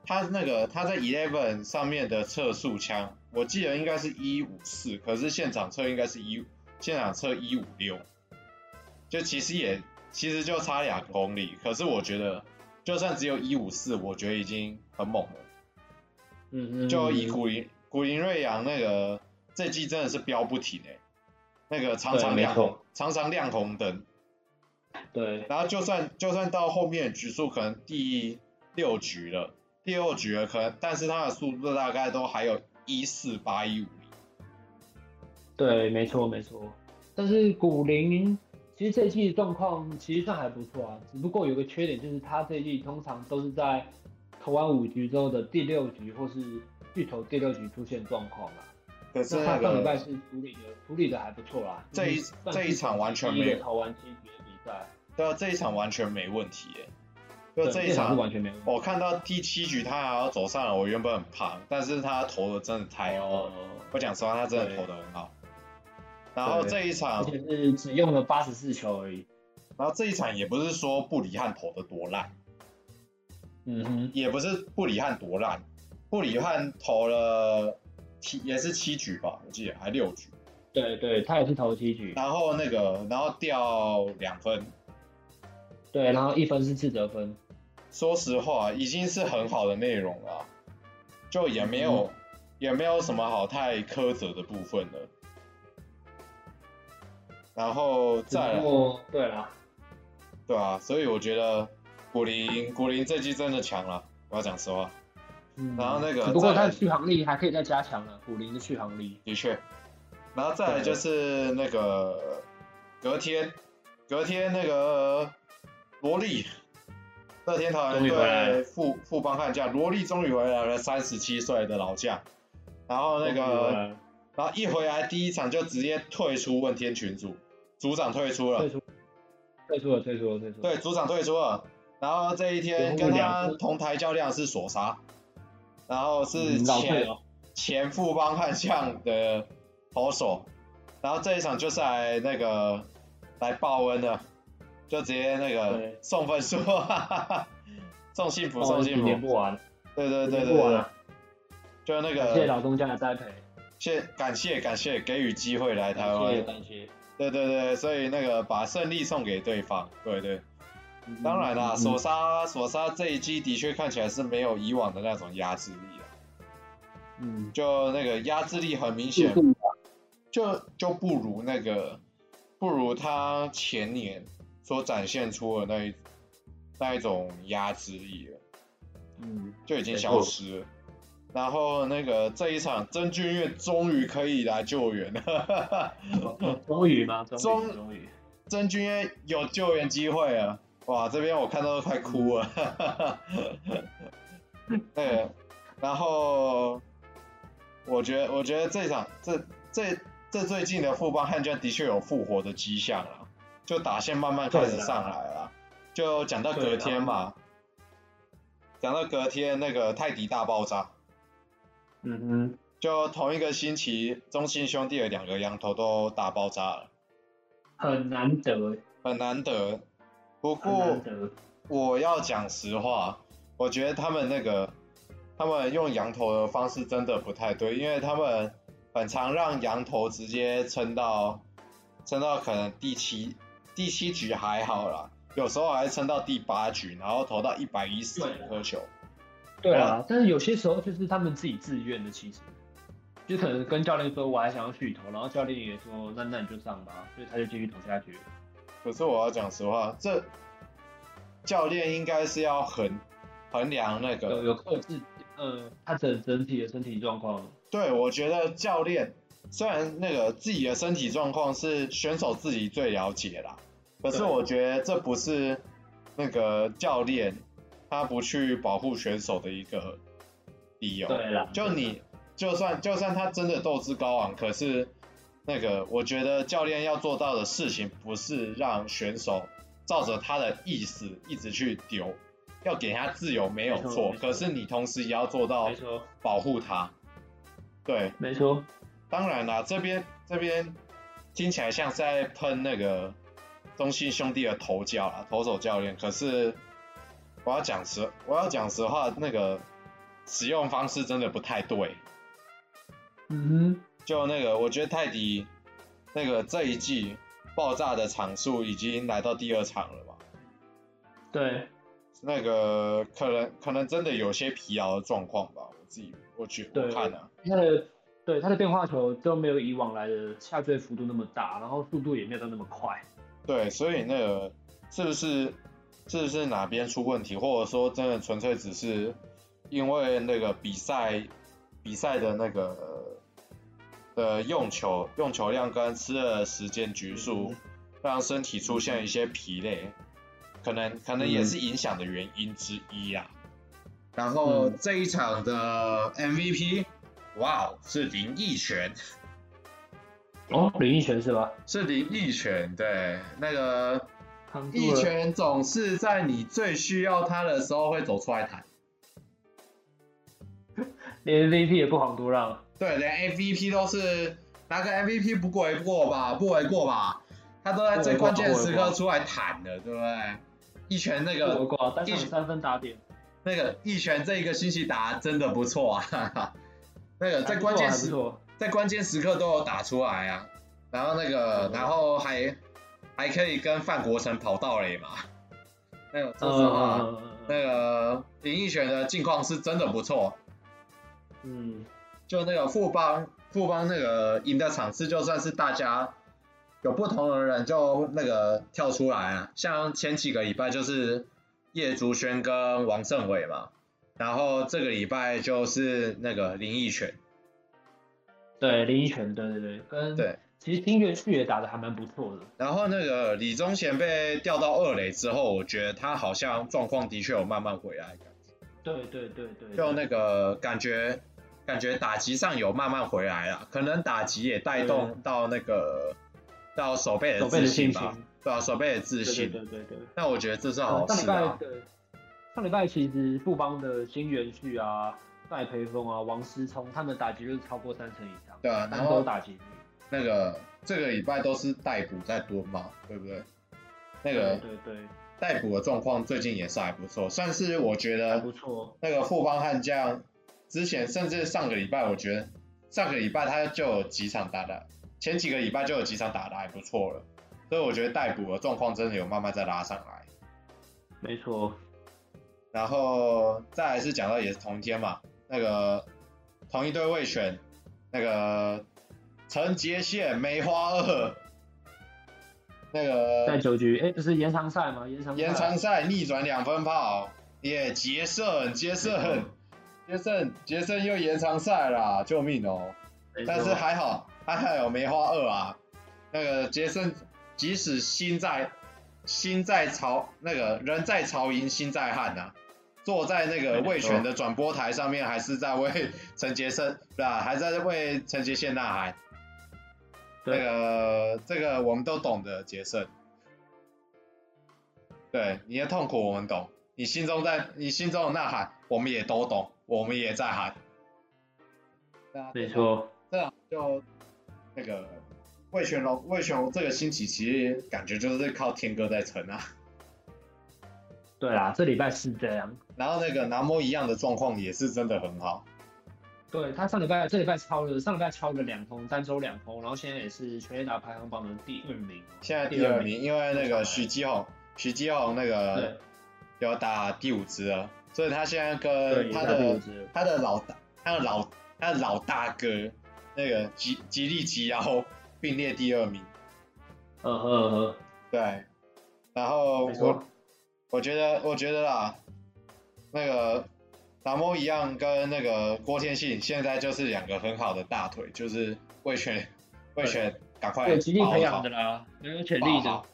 Speaker 2: 他那个他在 Eleven 上面的测速枪，我记得应该是一五四，可是现场测应该是一现场测一五六，就其实也其实就差两公里，可是我觉得就算只有一五四，我觉得已经很猛了。
Speaker 3: 嗯嗯，
Speaker 2: 就以古林古林瑞阳那个这季真的是飙不停哎、那个常常
Speaker 4: 对
Speaker 2: 亮
Speaker 4: 没错
Speaker 2: 常常亮红灯，
Speaker 4: 对，
Speaker 2: 然后就算就算到后面局数可能第六局了，第六局了可能，但是他的速度大概都还有一四八一五
Speaker 4: 对，没错，没错，
Speaker 3: 但是古林其实这一季状况其实算还不错啊，只不过有个缺点就是他这一季通常都是在投完五局之后的第六局或是续投第六局出现状况啊。
Speaker 2: 可是
Speaker 3: 那
Speaker 2: 那
Speaker 3: 他上礼拜
Speaker 2: 个
Speaker 3: 是处理的处理的还不错啦，
Speaker 2: 这一
Speaker 3: 就是算
Speaker 2: 这一场完全
Speaker 3: 第一个
Speaker 2: 没有
Speaker 3: 投完七局的比赛，
Speaker 2: 对啊这一场完全没问题哎、就这一
Speaker 3: 这场
Speaker 2: 场
Speaker 3: 是完全没有问题。
Speaker 2: 我看到第七局他还要走上了，我原本很胖，但是他投的真的太好了，我讲实话他真的投的很好。然后这一场
Speaker 3: 而且是只用了八十四球而已。
Speaker 2: 然后这一场也不是说布里汉投的多烂，
Speaker 3: 嗯哼，
Speaker 2: 也不是布里汉多烂，布里汉投了七也是七局吧，我记得还六局，
Speaker 3: 对对，他也是投七局，
Speaker 2: 然后那个然后掉两分，
Speaker 3: 对，然后一分是自责分，
Speaker 2: 说实话已经是很好的内容了，就也没有、也没有什么好太苛责的部分了。然后再
Speaker 3: 然
Speaker 2: 来
Speaker 3: 后对啦，
Speaker 2: 对啊，所以我觉得古林古林这季真的强了，我要讲实话，
Speaker 3: 嗯
Speaker 2: 然后那个
Speaker 3: 只不过
Speaker 2: 再
Speaker 3: 他的续航力还可以再加强啊，古林的续航力。
Speaker 2: 的确。然后再来就是那个隔天，隔天那个罗莉，乐天桃园
Speaker 4: 终于回来
Speaker 2: 对
Speaker 4: 了
Speaker 2: 富富邦悍将，罗莉终于回来了，三十七岁的老将。然后那个，
Speaker 3: 哦
Speaker 2: 然后一回来第一场就直接退出问天群组，组长退出了
Speaker 3: 退，出，退出了，退出了，退出了。
Speaker 2: 对，组长退出了。然后这一天跟他同台较量是索沙，然后是
Speaker 3: 嗯老
Speaker 2: 前
Speaker 3: 队友，
Speaker 2: 前富邦悍将的投手，然后这一场就是来那个来报恩的，就直接那个
Speaker 4: 对
Speaker 2: 送分数， 送幸
Speaker 3: 哦
Speaker 2: 福送幸
Speaker 4: 念
Speaker 2: 福，
Speaker 4: 不完，
Speaker 2: 对对对
Speaker 3: 念
Speaker 2: 对
Speaker 3: 不完
Speaker 2: 对
Speaker 3: 啊，
Speaker 2: 就那
Speaker 3: 感谢
Speaker 2: 个
Speaker 3: 老东家的栽培，
Speaker 2: 谢感谢感谢给予机会来台
Speaker 3: 感谢
Speaker 2: 湾，
Speaker 3: 感谢。
Speaker 2: 对对对，所以那个把胜利送给对方，对对，
Speaker 3: 嗯
Speaker 2: 当然啦，
Speaker 3: 嗯
Speaker 2: 索沙索沙这一季的确看起来是没有以往的那种压制力啊，
Speaker 3: 嗯，
Speaker 2: 就那个压制力很明显，就就不如那个，不如他前年所展现出的那一那一种压制力了，
Speaker 3: 嗯，
Speaker 2: 就已经消失了。然后那个这一场曾俊岳终于可以来救援了，
Speaker 4: 终于吗？终
Speaker 2: 终
Speaker 4: 于，终于，
Speaker 2: 曾俊岳有救援机会了，哇，这边我看到都快哭了。 对，然后我觉得，我觉得这场这这这最近的富邦悍将的确有复活的迹象了，就打线慢慢开始上来了。就讲到隔天嘛，
Speaker 4: 啊
Speaker 2: 讲到隔天那个泰迪大爆炸，
Speaker 4: 嗯
Speaker 2: 就同一个星期，中信兄弟的两个羊头都大爆炸了，
Speaker 4: 哼，很难得，
Speaker 2: 很难得。不
Speaker 4: 很
Speaker 2: 过
Speaker 4: 难得，
Speaker 2: 我要讲实话，我觉得他们那个，他们用羊头的方式真的不太对，因为他们很常让羊头直接撑到，撑到可能第七第七局还好啦，有时候还撑到第八局，然后投到一百一十五颗球。
Speaker 3: 对啊，但是有些时候就是他们自己自愿的，其实就可能跟教练说我还想要续投，然后教练也说那那你就上吧，所以他就继续投下去了。
Speaker 2: 可是我要讲实话，这教练应该是要衡衡量那
Speaker 3: 有
Speaker 2: 个，
Speaker 3: 有克制，呃，他整整体的身体状况，
Speaker 2: 对我觉得教练虽然那个自己的身体状况是选手自己最了解啦，可是
Speaker 4: 对
Speaker 2: 我觉得这不是那个教练他不去保护选手的一个理由。
Speaker 4: 对啦，
Speaker 2: 就你就算就算他真的斗志高昂，可是那个我觉得教练要做到的事情，不是让选手照着他的意思一直去丢，要给他自由没有
Speaker 4: 没错
Speaker 2: 错
Speaker 4: 没，错
Speaker 2: 可是你同时也要做到
Speaker 4: 没错
Speaker 2: 保护他。对，
Speaker 4: 没错，
Speaker 2: 当然啦，这边这边听起来像是在喷那个中信兄弟的头教啦，投手教练。可是我要讲实，我要讲实话，那个使用方式真的不太对。
Speaker 4: 嗯
Speaker 2: 就那个，我觉得泰迪那个这一季爆炸的场数已经来到第二场了吧？
Speaker 4: 哼，对，
Speaker 2: 那个可能可能真的有些疲劳的状况吧，我自己我觉
Speaker 4: 对
Speaker 2: 我看啊，
Speaker 3: 他的对他的变化球就没有以往来的下坠幅度那么大，然后速度也没有到那么快。
Speaker 2: 对，所以那个是不是是不是哪边出问题，或者说真的纯粹只是因为那个比赛比赛的那个呃用球用球量跟吃的时间局数，让身体出现一些疲累，可能可能也是影响的原因之一啊。嗯嗯然后这一场的 MVP，哇哦，是林奕泉。
Speaker 3: 哦，林奕泉是吧？
Speaker 2: 是林奕泉，对，那个
Speaker 4: 扛住
Speaker 2: 奕
Speaker 4: 了，
Speaker 2: 泉总是在你最需要他的时候会走出来谈。
Speaker 3: 连 MVP 也不遑多让。
Speaker 2: 对，连 MVP 都是拿个 MVP 不为过吧，不为过吧，他都在最关键时刻出来谈的，对不对？奕泉那
Speaker 3: 不
Speaker 2: 个
Speaker 3: 挂，单场三分打点，
Speaker 2: 那个奕泉这一个星期打得真的不错啊， 哈哈那个在关键
Speaker 3: 还不
Speaker 2: 时
Speaker 3: 错，
Speaker 2: 在关键时刻都有打出来啊，然后那个，
Speaker 3: 嗯
Speaker 2: 然后还还可以跟范国成跑道垒嘛，那个
Speaker 3: 还不
Speaker 2: 说实
Speaker 3: 错
Speaker 2: 话，
Speaker 3: 嗯嗯嗯
Speaker 2: 那个林奕璇的近况是真的不错，
Speaker 3: 嗯，
Speaker 2: 就那个富邦富邦那个赢的场次，就算是大家有不同的人就那个跳出来啊，像前几个礼拜就是叶竹轩跟王政伟嘛，然后这个礼拜就是那个林奕璇，
Speaker 3: 对，林奕泉，对对对，跟
Speaker 2: 对，
Speaker 3: 其实金元旭也打的还蛮不错的。
Speaker 2: 然后那个李宗贤被调到二垒之后，我觉得他好像状况的确有慢慢回来，啊
Speaker 3: 对对对对，对
Speaker 2: 就那个感觉，感觉打击上有慢慢回来了，可能打击也带动到那个到手背的
Speaker 3: 手背
Speaker 2: 自
Speaker 3: 的
Speaker 2: 信
Speaker 3: 信
Speaker 2: 吧，
Speaker 3: 心，
Speaker 2: 对啊，手背的自
Speaker 4: 对对
Speaker 2: 信。
Speaker 4: 对对对，
Speaker 2: 那我觉得这是好
Speaker 3: 呃上礼
Speaker 2: 事
Speaker 3: 拜
Speaker 2: 啊，
Speaker 3: 对，上礼拜其实富邦的金元旭啊、戴培峰啊、王思聪他们打击率超过三成以上，
Speaker 2: 对啊，然
Speaker 3: 单周
Speaker 2: 后
Speaker 3: 打击率。
Speaker 2: 那个这个礼拜都是逮捕在蹲嘛，对不对？那
Speaker 3: 对
Speaker 2: 个
Speaker 3: 对对，
Speaker 2: 逮捕的状况最近也是还不错，算是我觉
Speaker 3: 还
Speaker 2: 得
Speaker 3: 不错。
Speaker 2: 那个富邦悍将之前甚至上个礼拜，我觉得上个礼拜他就有几场打的，前几个礼拜就有几场打的还不错了，所以我觉得逮捕的状况真的有慢慢再拉上来。
Speaker 3: 没错，
Speaker 2: 然后再来是讲到也是同一天嘛，那个同一队卫选那个陈杰宪梅花二，那
Speaker 3: 在
Speaker 2: 个
Speaker 3: 九局，哎，不是延长赛吗？延长赛
Speaker 2: 延长赛逆转两分炮，耶杰胜杰胜。杰森，杰森又延长赛啦，救命哦！
Speaker 4: 没错
Speaker 2: 但是还好，还好有梅花二啊。那个杰森，即使心在心在朝那个人在朝营心在汉呐、坐在那个
Speaker 4: 没错
Speaker 2: 魏权的转播台上面，还是在为陈杰森，对吧、还在为陈杰宪呐喊。
Speaker 4: 对
Speaker 2: 那个这个我们都懂的，杰森。对你的痛苦我们懂，你心中在你心中的呐喊，我们也都懂，我们也在喊。对啊
Speaker 4: 没，错，
Speaker 2: 这样就那个魏全龙，魏全龙这个星期其实感觉就是靠天哥在撑啊。
Speaker 3: 对啦，这礼拜是这样。
Speaker 2: 然后那个南摩一样的状况也是真的很好，
Speaker 3: 对他上礼拜这礼拜超了，上礼拜超了两轰，单周两轰，然后现在也是全垒打排行榜的第二名。
Speaker 2: 现在第二名，因为那个许基宏，许基宏那个
Speaker 3: 对
Speaker 2: 有打第五支了，所以他现在
Speaker 3: 对，
Speaker 2: 跟他
Speaker 3: 也是第五
Speaker 2: 的
Speaker 3: 支
Speaker 2: 他的老大他的老他的老大哥那个吉吉利吉妖并列第二名，
Speaker 4: 嗯哼嗯哼，
Speaker 2: 对，然后
Speaker 3: 没
Speaker 2: 我
Speaker 3: 错
Speaker 2: 我觉得，我觉得啦，那个达摩一样跟那个郭天信现在就是两个很好的大腿，就是魏权，魏权赶快
Speaker 3: 有极力
Speaker 2: 把握
Speaker 3: 培
Speaker 2: 好
Speaker 3: 养的啦，蛮有潜力
Speaker 2: 把
Speaker 3: 的
Speaker 2: 握好。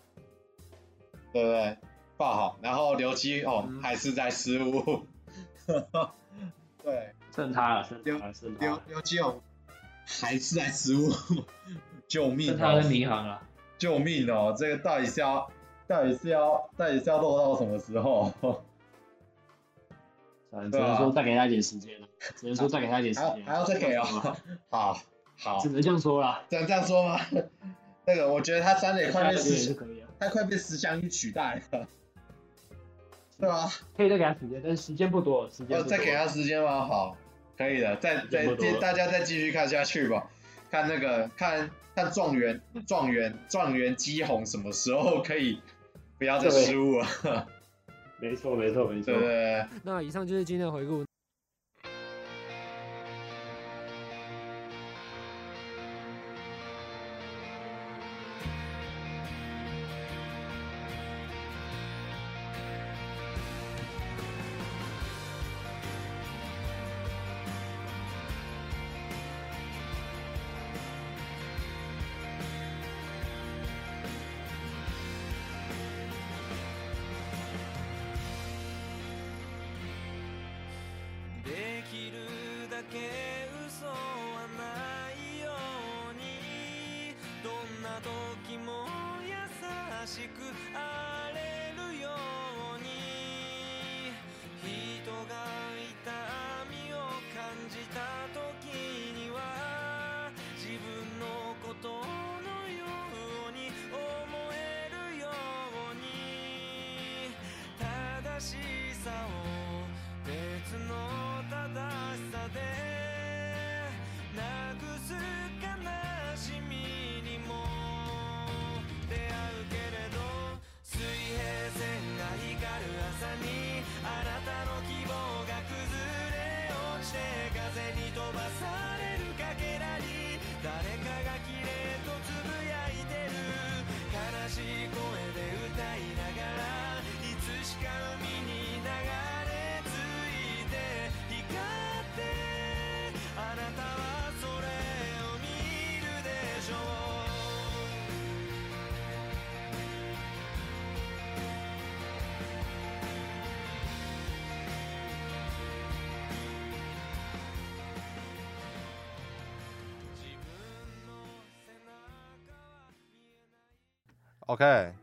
Speaker 2: 对不对？
Speaker 5: 爆好，然后刘基哦、
Speaker 6: 嗯
Speaker 5: 还是在失误， 对，
Speaker 6: 剩他了，剩他了，剩他
Speaker 5: 刘
Speaker 6: 了，
Speaker 5: 刘基哦还是在失误，救命、
Speaker 6: 剩
Speaker 5: 哦！
Speaker 6: 他跟民航了。
Speaker 5: 救命哦！这个到底是要，到底是要，到底是要落到什么时候？
Speaker 6: 算了只
Speaker 5: 对啊
Speaker 6: 能说再给他一点时间了，只能说再给他一点时
Speaker 5: 还要
Speaker 6: 间。
Speaker 5: 还要再给
Speaker 6: 啊？
Speaker 5: 哦？ 好好
Speaker 6: 只，能这样说 啦。
Speaker 5: 只能这样说吗？那个，我觉得他三垒快
Speaker 6: 下
Speaker 5: 被
Speaker 6: 个月也是
Speaker 5: 石，
Speaker 6: 可以啊，
Speaker 5: 他快被石祥宇取代了，对吧、
Speaker 7: 可以再给他时间，但是时间不多了，时间
Speaker 5: 要
Speaker 7: 不多。
Speaker 5: 哦再给他时间吗？好，可以的，再再
Speaker 6: 差不多了
Speaker 5: 大家再继续看下去吧，看那个看看状元状元状元基红什么时候可以不要再
Speaker 6: 对
Speaker 5: 失误了，
Speaker 6: 没错没错没
Speaker 5: 对不对？
Speaker 3: 那以上就是今天的回顾。
Speaker 8: できるだけ嘘はないようにどんな時も優しくあれるように人が痛みを感じた時には自分のことのように思えるように正しさを別の正しさでなくす悲しみにも出会うけれど水平線が光る朝にあなたの希望が崩れ落ちて風に飛ばされるかけらに誰かが綺麗とつぶやいてる悲しい声で歌いながらいつしか海に流れ着いて光ってあなたはそれを見るでしょう自分の背中は
Speaker 2: OK，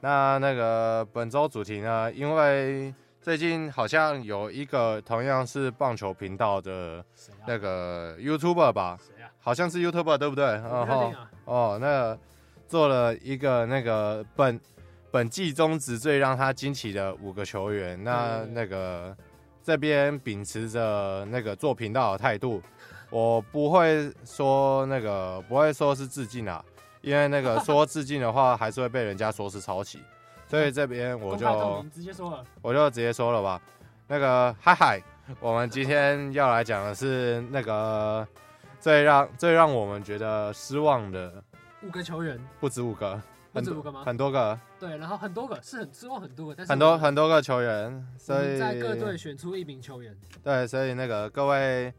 Speaker 2: 那那个本周主题呢？因为最近好像有一个同样是棒球频道的
Speaker 6: 谁
Speaker 2: 那个 YouTuber 吧，
Speaker 6: 谁啊？
Speaker 2: 好像是 YouTuber 对不对？然后
Speaker 6: 啊。
Speaker 2: 哦，那个做了一个那个本本季中职最让他惊奇的五个球员，那
Speaker 3: 嗯
Speaker 2: 那个这边秉持着那个做频道的态度，我不会说那个不会说是致敬啊，因为那个说致敬的话还是会被人家说是抄袭，所以这边我
Speaker 3: 公开透
Speaker 2: 就
Speaker 3: 明，直接说了。
Speaker 2: 我就直接说了吧。那个嗨嗨，我们今天要来讲的是那个最让最让我们觉得失望的
Speaker 3: 五个球员，
Speaker 2: 不止五个，
Speaker 3: 不
Speaker 2: 很
Speaker 3: 止
Speaker 2: 多
Speaker 3: 五个吗
Speaker 2: 很多个，
Speaker 3: 对，然后很多个是很失望很多个，但是
Speaker 2: 很多
Speaker 3: 我们
Speaker 2: 很多个球员，所
Speaker 3: 我
Speaker 2: 以
Speaker 3: 们在各队选出一名球员。
Speaker 2: 对，所以那个各位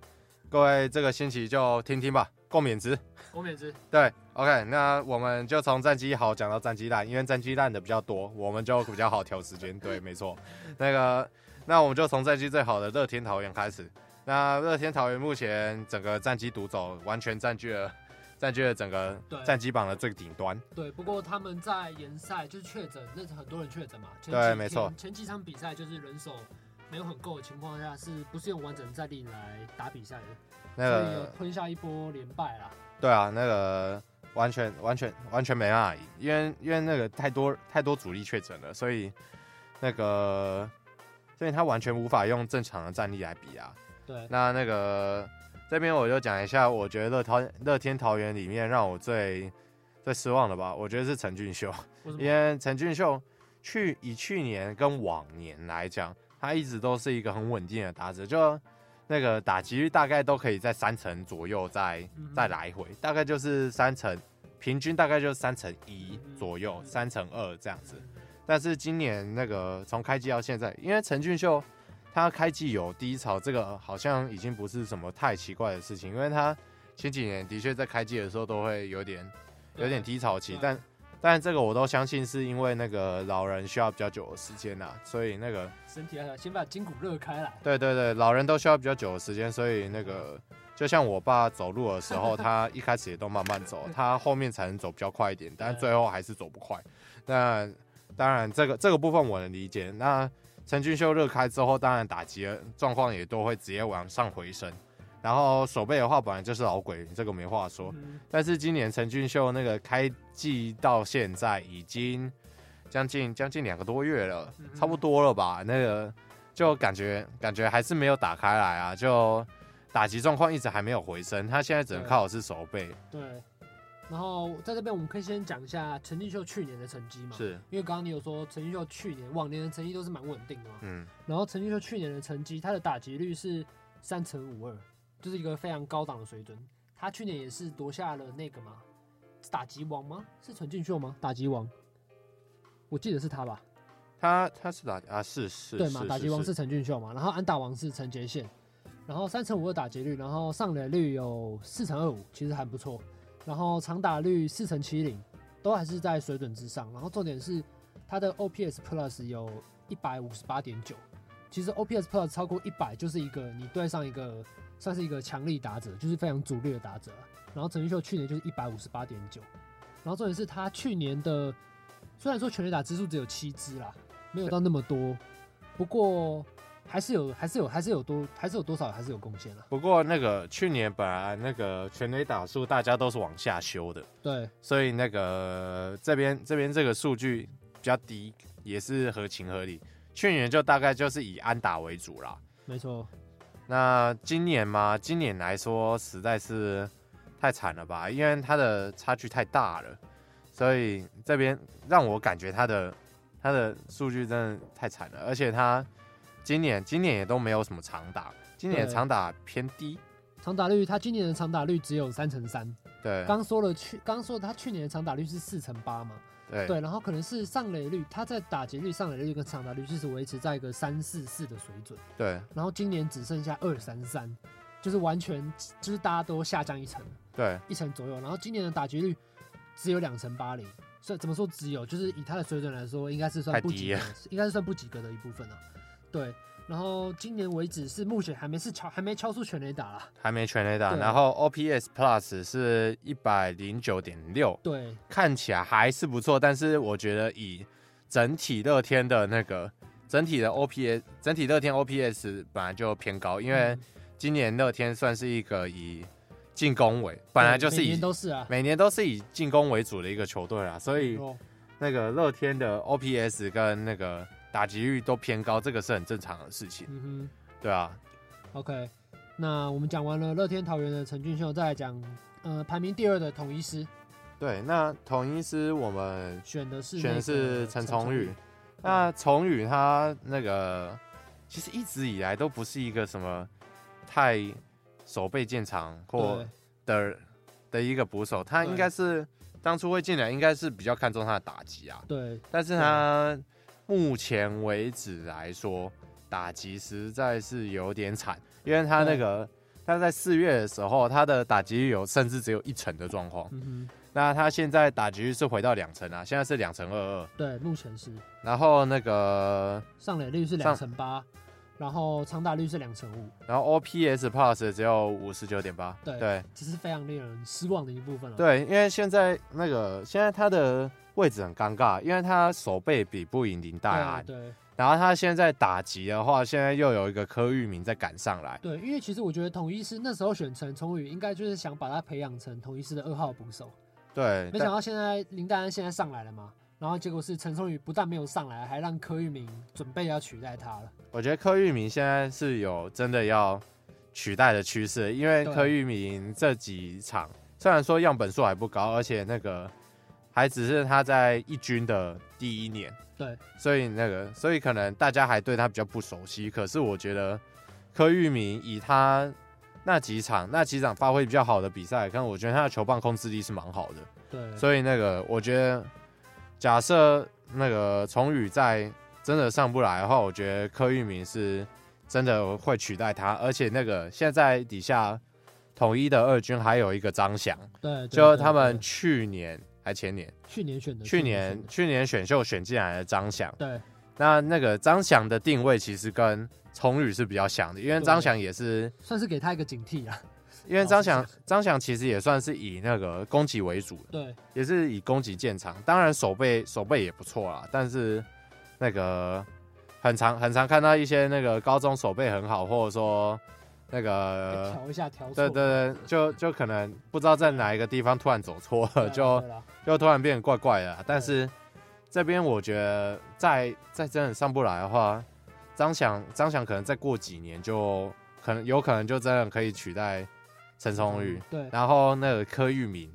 Speaker 2: 各位这个星期就听听吧，共勉值。
Speaker 3: 我免之，
Speaker 2: 对，OK，那我们就从战绩好讲到战绩烂，因为战绩烂的比较多，我们就比较好调时间。 对，没错。那个，那我们就从战绩最好的乐天桃园开始。那乐天桃园目前整个战绩独走，完全占据了占据了整个
Speaker 3: 对
Speaker 2: 战绩榜的最顶端。
Speaker 3: 对，不过他们在联赛就是确诊，那很多人确诊嘛。前几
Speaker 2: 对
Speaker 3: 天
Speaker 2: 没错
Speaker 3: 前几场比赛就是人手没有很够的情况下，是不是用完整的战力来打比赛的？
Speaker 2: 那
Speaker 3: 所以有
Speaker 2: 个
Speaker 3: 吞下一波连败啦。
Speaker 2: 对啊，那个完全完全完全没办法赢，因为因为那个太多太多主力确诊了，所以那个所以他完全无法用正常的战力来比啊。
Speaker 3: 对，
Speaker 2: 那那个这边我就讲一下，我觉得乐桃乐天桃园里面让我最最失望的吧，我觉得是陈俊秀，
Speaker 3: 为什
Speaker 2: 因
Speaker 3: 么？
Speaker 2: 为陈俊秀去以去年跟往年来讲，他一直都是一个很稳定的打者，就那个打击率大概都可以在三成左右在
Speaker 3: 嗯
Speaker 2: 再来回，大概就是三成，平均大概就是三成一
Speaker 3: 嗯
Speaker 2: 左右，三成二这样子。但是今年那个从开季到现在，因为陈俊秀他开季有低潮，这个好像已经不是什么太奇怪的事情，因为他前几年的确在开季的时候都会有点有点低潮期
Speaker 3: 对，
Speaker 2: 但但这个我都相信是因为那个老人需要比较久的时间啦，所以那个
Speaker 1: 啊身体要先把筋骨热开来。
Speaker 2: 对对对，老人都需要比较久的时间，所以那个就像我爸走路的时候，他一开始也都慢慢走，他后面才能走比较快一点，但最后还是走不快。那当然，这个这个部分我能理解。那陈俊秀热开之后，当然打击的状况也都会直接往上回升。然后手背的话，本来就是老鬼，这个没话说。
Speaker 1: 嗯
Speaker 2: 但是今年陈俊秀那个开季到现在已经将近将近两个多月了
Speaker 1: 嗯，哼
Speaker 2: 差不多了吧？那个就感觉感觉还是没有打开来啊，就打击状况一直还没有回升，他现在只能靠的是手背，
Speaker 1: 对。然后在这边我们可以先讲一下陈俊秀去年的成绩嘛，
Speaker 2: 是，
Speaker 1: 因为刚刚你有说陈俊秀去年往年的成绩都是蛮稳定的嘛，
Speaker 2: 嗯，
Speaker 1: 然后陈俊秀去年的成绩，他的打击率是三乘五二，就是一个非常高档的水准。他去年也是夺下了那个嘛，是打击王吗？是陈俊秀吗？打击王，我记得是他吧？
Speaker 2: 他他是打啊是是
Speaker 1: 对嘛，
Speaker 2: 是
Speaker 1: 打击王是
Speaker 2: 是
Speaker 1: 陈俊秀嘛，然后安打王是陈杰宪，然后三乘五二打击率，然后上垒率有四乘二五，其实还不错，然后长打率四乘七零，都还是在水准之上。然后重点是他的 OPS Plus 有一百五十八点九，其实 OPS Plus 超过一百就是一个你对上一个算是一个强力打者，就是非常主力的打者啊。然后陈俊秀去年就是一百五十八点九，然后重点是他去年的虽然说全垒打支数只有七支啦，没有到那么多，不过还是有还是有还是有多还是有多少还是有贡献啦。啊
Speaker 2: 不过那个去年本来那个全垒打数大家都是往下修的，
Speaker 1: 对，
Speaker 2: 所以那个这边这边这个数据比较低，也是合情合理。去年就大概就是以安打为主啦。
Speaker 1: 没错，
Speaker 2: 那今年嘛，今年来说实在是太惨了吧，因为它的差距太大了，所以这边让我感觉它的它的数据真的太惨了，而且它今年今年也都没有什么长打，今年
Speaker 1: 对
Speaker 2: 长打偏低，
Speaker 1: 长打率他今年的长打率只有三乘三，
Speaker 2: 对
Speaker 1: 刚说了去刚说他去年的长打率是四乘八嘛，
Speaker 2: 对
Speaker 1: 对，然后可能是上垒率，他在打击率、上垒率跟长打率就是维持在一个三四四的水准，
Speaker 2: 对
Speaker 1: 然后今年只剩下二三三，就是完全就是大家都下降一层，
Speaker 2: 对
Speaker 1: 一层左右，然后今年的打击率只有两成八零，所以怎么说只有，就是以他的水准来说，应该是算
Speaker 2: 太
Speaker 1: 不
Speaker 2: 低
Speaker 1: 及格
Speaker 2: 了，
Speaker 1: 应该是算不及格的一部分了、对，然后今年为止是目前还没是敲还没敲出全垒打啦。
Speaker 2: 还没全垒打，
Speaker 1: 对
Speaker 2: 然后 OPS Plus 是一百零九点六，
Speaker 1: 对，
Speaker 2: 看起来还是不错，但是我觉得以整体乐天的那个整体的 OPS，整体乐天 OPS 本来就偏高，因为
Speaker 1: 嗯
Speaker 2: 今年乐天算是一个以进攻为，本来就
Speaker 1: 对
Speaker 2: 是
Speaker 1: 每
Speaker 2: 以
Speaker 1: 年都是啊，
Speaker 2: 每年都是以进攻为主的一个球队啦，所以
Speaker 1: 哦
Speaker 2: 那个乐天的 OPS 跟那个打击率都偏高，这个是很正常的事情，
Speaker 1: 嗯
Speaker 2: 对啊，
Speaker 1: 哼，OK，那我们讲完了乐天桃园的陈俊秀，再来讲呃排名第二的统一师，
Speaker 2: 对，那统一师我们
Speaker 1: 选的是那
Speaker 2: 选
Speaker 1: 个
Speaker 2: 的是陈崇宇
Speaker 1: 宇，。
Speaker 2: 那崇宇他那个其实一直以来都不是一个什么太守备见长或
Speaker 1: 对
Speaker 2: 的的一个捕手，他应该是当初会进来，应该是比较看重他的打击啊。
Speaker 1: 对，
Speaker 2: 但是他目前为止来说，打击实在是有点惨，因为他那个他在四月的时候，他的打击率有甚至只有一成的状况。
Speaker 1: 嗯哼，
Speaker 2: 那他现在打击率是回到两成啊，现在是两成二二。
Speaker 1: 对，目前是。
Speaker 2: 然后那个，
Speaker 1: 上垒率是两
Speaker 2: 上
Speaker 1: 成八，然后长打率是两成五，
Speaker 2: 然后 OPS Plus 只有五十九点八，
Speaker 1: 对
Speaker 2: 对
Speaker 1: 这是非常令人失望的一部分了。，
Speaker 2: 对，因为现在那个现在他的位置很尴尬，因为他手背比不赢林黛安，
Speaker 1: 对
Speaker 2: 然后他现在打击的话，现在又有一个柯玉明在赶上来，
Speaker 1: 对，因为其实我觉得统一师那时候选陈崇宇，应该就是想把他培养成统一师的二号捕手，
Speaker 2: 对，
Speaker 1: 没
Speaker 2: 但
Speaker 1: 想到现在林黛安现在上来了嘛，然后结果是陈崇宇不但没有上来，还让柯玉明准备要取代他了。
Speaker 2: 我觉得柯玉明现在是有真的要取代的趋势，因为
Speaker 1: 对
Speaker 2: 柯玉明这几场虽然说样本数还不高，而且那个还只是他在一军的第一年，
Speaker 1: 对，
Speaker 2: 所以那个所以可能大家还对他比较不熟悉，可是我觉得柯玉明以他那几场那几场发挥比较好的比赛来看，我觉得他的球棒控制力是蛮好的。
Speaker 1: 对，
Speaker 2: 所以那个，我觉得假设那个崇宇在真的上不来的话，我觉得柯玉明是真的会取代他，而且那个现在底下统一的二军还有一个张翔，
Speaker 1: 对，对
Speaker 2: 就
Speaker 1: 对
Speaker 2: 他们
Speaker 1: 对
Speaker 2: 去年还还前年，
Speaker 1: 去年选的，
Speaker 2: 去年
Speaker 1: 选的
Speaker 2: 去年选秀选进来的张翔，
Speaker 1: 对
Speaker 2: 那那个张翔的定位其实跟崇宇是比较像的，因为
Speaker 1: 对
Speaker 2: 张翔也是，
Speaker 1: 算是给他一个警惕啊。
Speaker 2: 因为张翔
Speaker 1: 老实
Speaker 2: 张翔其实也算是以那个攻击为主的，
Speaker 1: 对，
Speaker 2: 也是以攻击见长，当然手背手背也不错啦，但是那个很常很常看到一些那个高中手背很好，或者说那个
Speaker 1: 调一下调错。
Speaker 2: 呃对对对，就就可能不知道在哪一个地方突然走错
Speaker 1: 对
Speaker 2: 了，
Speaker 1: 啊，
Speaker 2: 就
Speaker 1: 对啦
Speaker 2: 就突然变得怪怪的啊。但是这边我觉得再再真的上不来的话，张翔张翔可能再过几年就可能有可能就真的可以取代陈崇宇，
Speaker 1: 对
Speaker 2: 然后那个柯玉明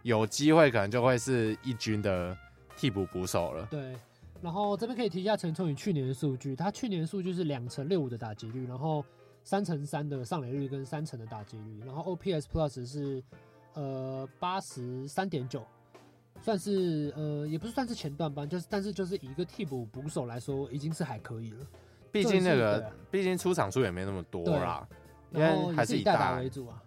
Speaker 2: 有机会可能就会是一军的替补捕手了。
Speaker 1: 对。然后这边可以提一下陈冲宇去年的数据，他去年的数据是两成六五的打击率，然后三乘三的上垒率跟三成的打击率，然后 OPS Plus 是呃八十三点九，算是呃也不是算是前段班，就是但是就是以一个替补捕手来说，已经是还可以了。
Speaker 2: 毕竟那
Speaker 1: 对
Speaker 2: 个
Speaker 1: 啊
Speaker 2: 毕竟出场数也没那么多
Speaker 1: 对
Speaker 2: 啦，因
Speaker 1: 然后
Speaker 2: 为
Speaker 1: 也
Speaker 2: 还
Speaker 1: 是
Speaker 2: 以
Speaker 1: 代
Speaker 2: 大
Speaker 1: 打为主啊，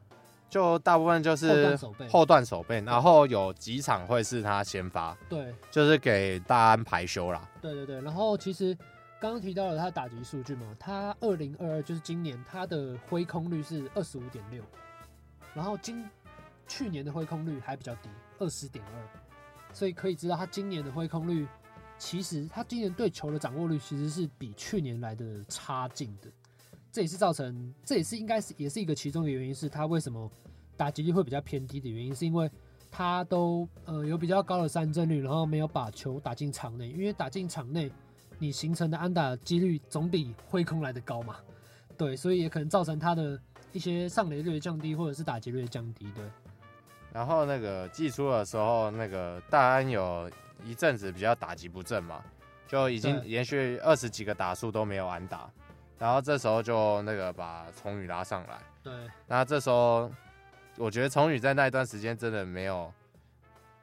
Speaker 2: 就大部分就是
Speaker 1: 后段手背
Speaker 2: 后段手背，然后有几场会是他先发，
Speaker 1: 对。
Speaker 2: 就是给大安排休啦。
Speaker 1: 对对对，然后其实刚刚提到了他的打击数据嘛，他二零二二就是今年他的挥空率是二十五点六，然后今去年的挥空率还比较低，二十点二，所以可以知道他今年的挥空率，其实他今年对球的掌握率其实是比去年来的差劲的，这也是造成，这也是应该是也是一个其中的原因，是他为什么打击率会比较偏低的原因，是因为他都呃有比较高的三振率，然后没有把球打进场内，因为打进场内，你形成的安打的几率总比挥空来的高嘛，对，所以也可能造成他的一些上垒率的降低，或者是打击率的降低，对，
Speaker 2: 然后那个寄出的时候，那个大安有一阵子比较打击不振嘛，就已经
Speaker 1: 对
Speaker 2: 连续二十几个打数都没有安打，然后这时候就那个把崇宇拉上来，
Speaker 1: 对，
Speaker 2: 那这时候我觉得崇宇在那一段时间真的没有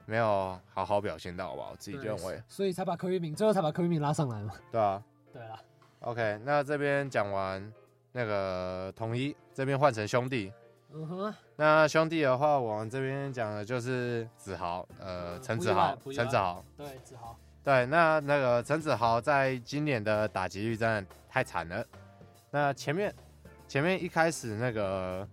Speaker 2: 没有好好表现到吧，我自己
Speaker 1: 对
Speaker 2: 认为，
Speaker 1: 所以才把柯玉明最后才把柯玉明拉上来嘛，
Speaker 2: 对啊，
Speaker 1: 对啦，
Speaker 2: OK，那这边讲完那个统一，这边换成兄弟。
Speaker 1: 嗯哼，
Speaker 2: 那兄弟的话，我们这边讲的就是子豪，呃，
Speaker 1: 嗯
Speaker 2: 陈
Speaker 1: 不
Speaker 2: 子
Speaker 1: 意外
Speaker 2: 豪
Speaker 1: 不，意
Speaker 2: 陈
Speaker 1: 外
Speaker 2: 子豪，
Speaker 1: 对，子豪，
Speaker 2: 对，那那个陈子豪在今年的打击率真的太惨了。那前面前面一开始那个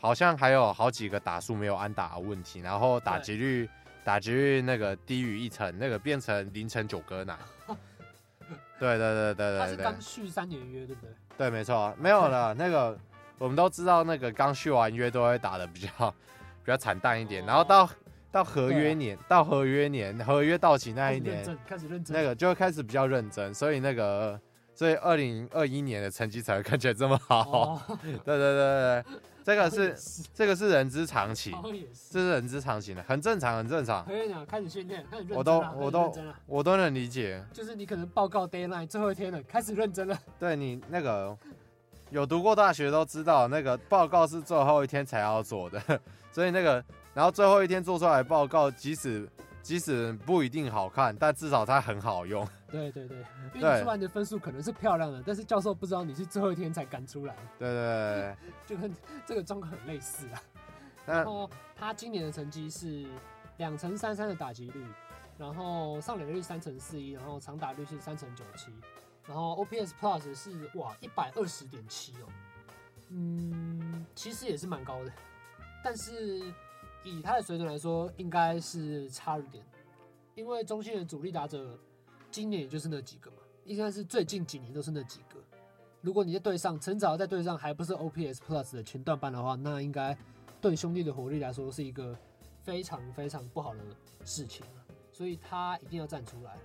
Speaker 2: 好像还有好几个打数没有安打的问题，然后打击率打击率那个低于一成，那个变成零成九哥 奶。对对对对
Speaker 1: 他
Speaker 2: 对
Speaker 1: 是
Speaker 2: 对
Speaker 1: 刚。续三年约，对不对？
Speaker 2: 对，没错，没有了。那个我们都知道，那个刚续完约都会打的比较比较惨淡一
Speaker 1: 哦
Speaker 2: 点，然后到到合约年，到合约年，合约到期那一
Speaker 1: 开始认
Speaker 2: 年，
Speaker 1: 真，开始认真，
Speaker 2: 那个就会开始比较认真，所以那个所以二零二一年的成绩才会看起来这么好。
Speaker 1: 哦，
Speaker 2: 对对对对对，这个
Speaker 1: 也
Speaker 2: 是 这个是人之常情
Speaker 1: 好，像哦也是，
Speaker 2: 这是人之常情的，很正常，很正常
Speaker 1: 柯，玉明开始训练，开始认真啦
Speaker 2: 我都
Speaker 1: 开始
Speaker 2: 我
Speaker 1: 认
Speaker 2: 都
Speaker 1: 真啦
Speaker 2: 我都能理解。
Speaker 1: 就是你可能报告 d a y l i n e 最后一天了，开始认真了。
Speaker 2: 对你那个有读过大学都知道，那个报告是最后一天才要做的， 所以那个然后最后一天做出来的报告，即使即使不一定好看，但至少它很好用。
Speaker 1: 对对对，因为
Speaker 2: 对
Speaker 1: 你出来的分数可能是漂亮的，但是教授不知道你是最后一天才赶出来，
Speaker 2: 对对对对，
Speaker 1: 就跟这个状况很类似啊。然
Speaker 2: 那
Speaker 1: 后他今年的成绩是两成三三的打击率，然后上垒率三成四一，然后长打率是三成九七，然后 OPS Plus 是哇一百二十点七哦，嗯，其实也是蛮高的，但是以他的水准来说，应该是差一点，因为中信的主力打者今年也就是那几个嘛，应该是最近几年都是那几个。如果你在队上陈子豪在队上还不是 OPS Plus 的前段班的话，那应该对兄弟的火力来说是一个非常非常不好的事情啊所以他一定要站出来。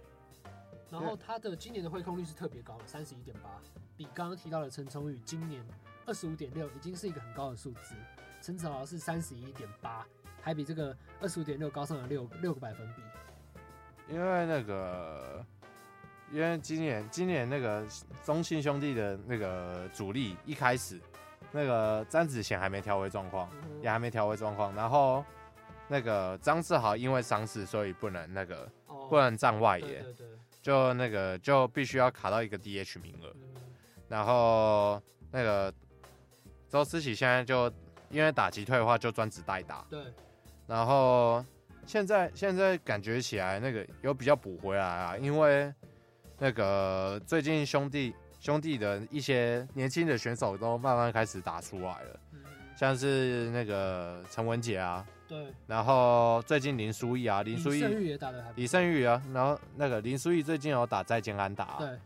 Speaker 1: 然后他的今年的挥空率是特别高的，三十一点八，比刚刚提到的陈崇宇今年二十五点六已经是一个很高的数字，陈子豪是三十一点八，还比这个二十五点六高上了六六个百分比。
Speaker 2: 因为那个。因为今年今年那个中信兄弟的那个主力一开始，那个詹子贤还没调回状况，
Speaker 1: 嗯
Speaker 2: 也还没调回状况，然后那个张志豪因为伤势，所以不能那个
Speaker 1: 哦
Speaker 2: 不能站外
Speaker 1: 对
Speaker 2: 野，
Speaker 1: 对对，
Speaker 2: 就那个就必须要卡到一个 DH 名额。
Speaker 1: 嗯，
Speaker 2: 然后那个周思琪现在就因为打击退化，就专职代打。
Speaker 1: 对
Speaker 2: 然后现在现在感觉起来那个有比较补回来啊，因为那个最近兄弟兄弟的一些年轻的选手都慢慢开始打出来了，像是那个陈文杰啊，
Speaker 1: 嗯对，
Speaker 2: 然后最近林书义啊，林
Speaker 1: 李
Speaker 2: 书义
Speaker 1: 胜玉也打得还不
Speaker 2: 李胜玉啊，然后那个林书义最近有打再见安打、啊，
Speaker 1: 对，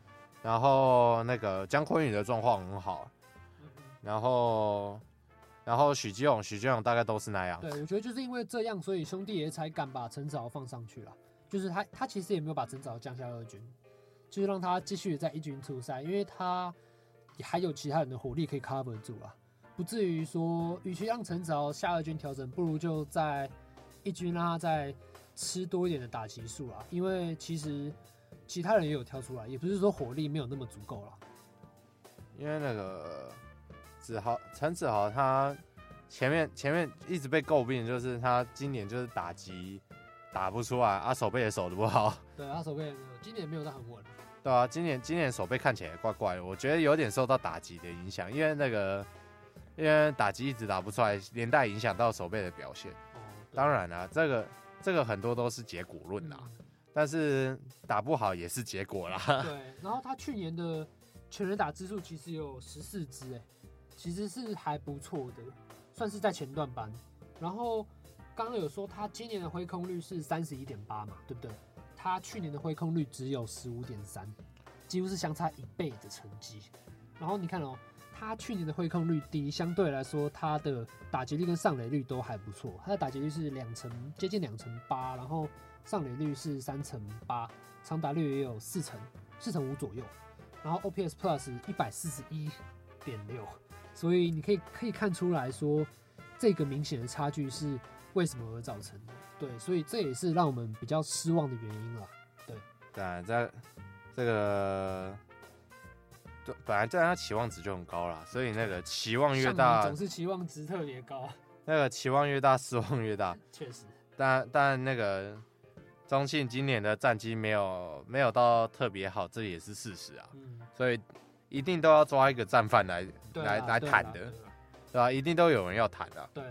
Speaker 2: 然后那个姜昆宇的状况很好，
Speaker 1: 嗯嗯
Speaker 2: 然后然后许基勇许基勇大概都是那样，
Speaker 1: 对，我觉得就是因为这样，所以兄弟也才敢把陈子豪放上去了。就是他，他其实也没有把陈子豪降下二军，就是让他继续在一军出赛，因为他也还有其他人的火力可以 cover 住啦，不至于说，与其让陈子豪下二军调整，不如就在一军让他再吃多一点的打击数啦。因为其实其他人也有挑出来，也不是说火力没有那么足够啦。
Speaker 2: 因为那个子豪陈子豪他前面前面一直被诟病，就是他今年就是打击打不出来，啊手背也守的不好，
Speaker 1: 对，他手背也没有今年也没有到很稳，哦
Speaker 2: 对啊，今年今年手背看起来怪怪的，我觉得有点受到打击的影响，因为那个因为打击一直打不出来，连带影响到手背的表现。
Speaker 1: 哦，对
Speaker 2: 当然啦、啊这个这个很多都是结果论啦，
Speaker 1: 嗯
Speaker 2: 但是打不好也是结果啦。
Speaker 1: 对，然后他去年的全垒打支数其实有十四支，哎，其实是还不错的，算是在前段班。然后刚刚有说他今年的挥空率是三十一点八嘛，对不对？他去年的挥空率只有十五点三，几乎是相差一倍的成绩。然后你看哦，他去年的挥空率低，相对来说他的打击率跟上垒率都还不错，他的打击率是两成，接近两成八，然后上垒率是三成八，长打率也有四成，四成五左右，然后 OPS Plus 一百四十一点六，所以你可以可以看出来说，这个明显的差距是为什么而造成的。对，所以这也是让我们比较失望的原因了。
Speaker 2: 当然，在这个对本来对他期望值就很高啦，所以那个期望越
Speaker 1: 上年
Speaker 2: 大
Speaker 1: 总，是期望值特别高，
Speaker 2: 那个期望越大，失望越大。
Speaker 1: 确实，
Speaker 2: 但但那个中信今年的战绩没有没有到特别好，这也是事实啊，
Speaker 1: 嗯，
Speaker 2: 所以一定都要抓一个战犯来
Speaker 1: 对
Speaker 2: 来
Speaker 1: 啦
Speaker 2: 来
Speaker 1: 对啊
Speaker 2: 谈
Speaker 1: 啦
Speaker 2: 的
Speaker 1: 对啦
Speaker 2: 对吧、一定都有人要谈的、
Speaker 1: 对，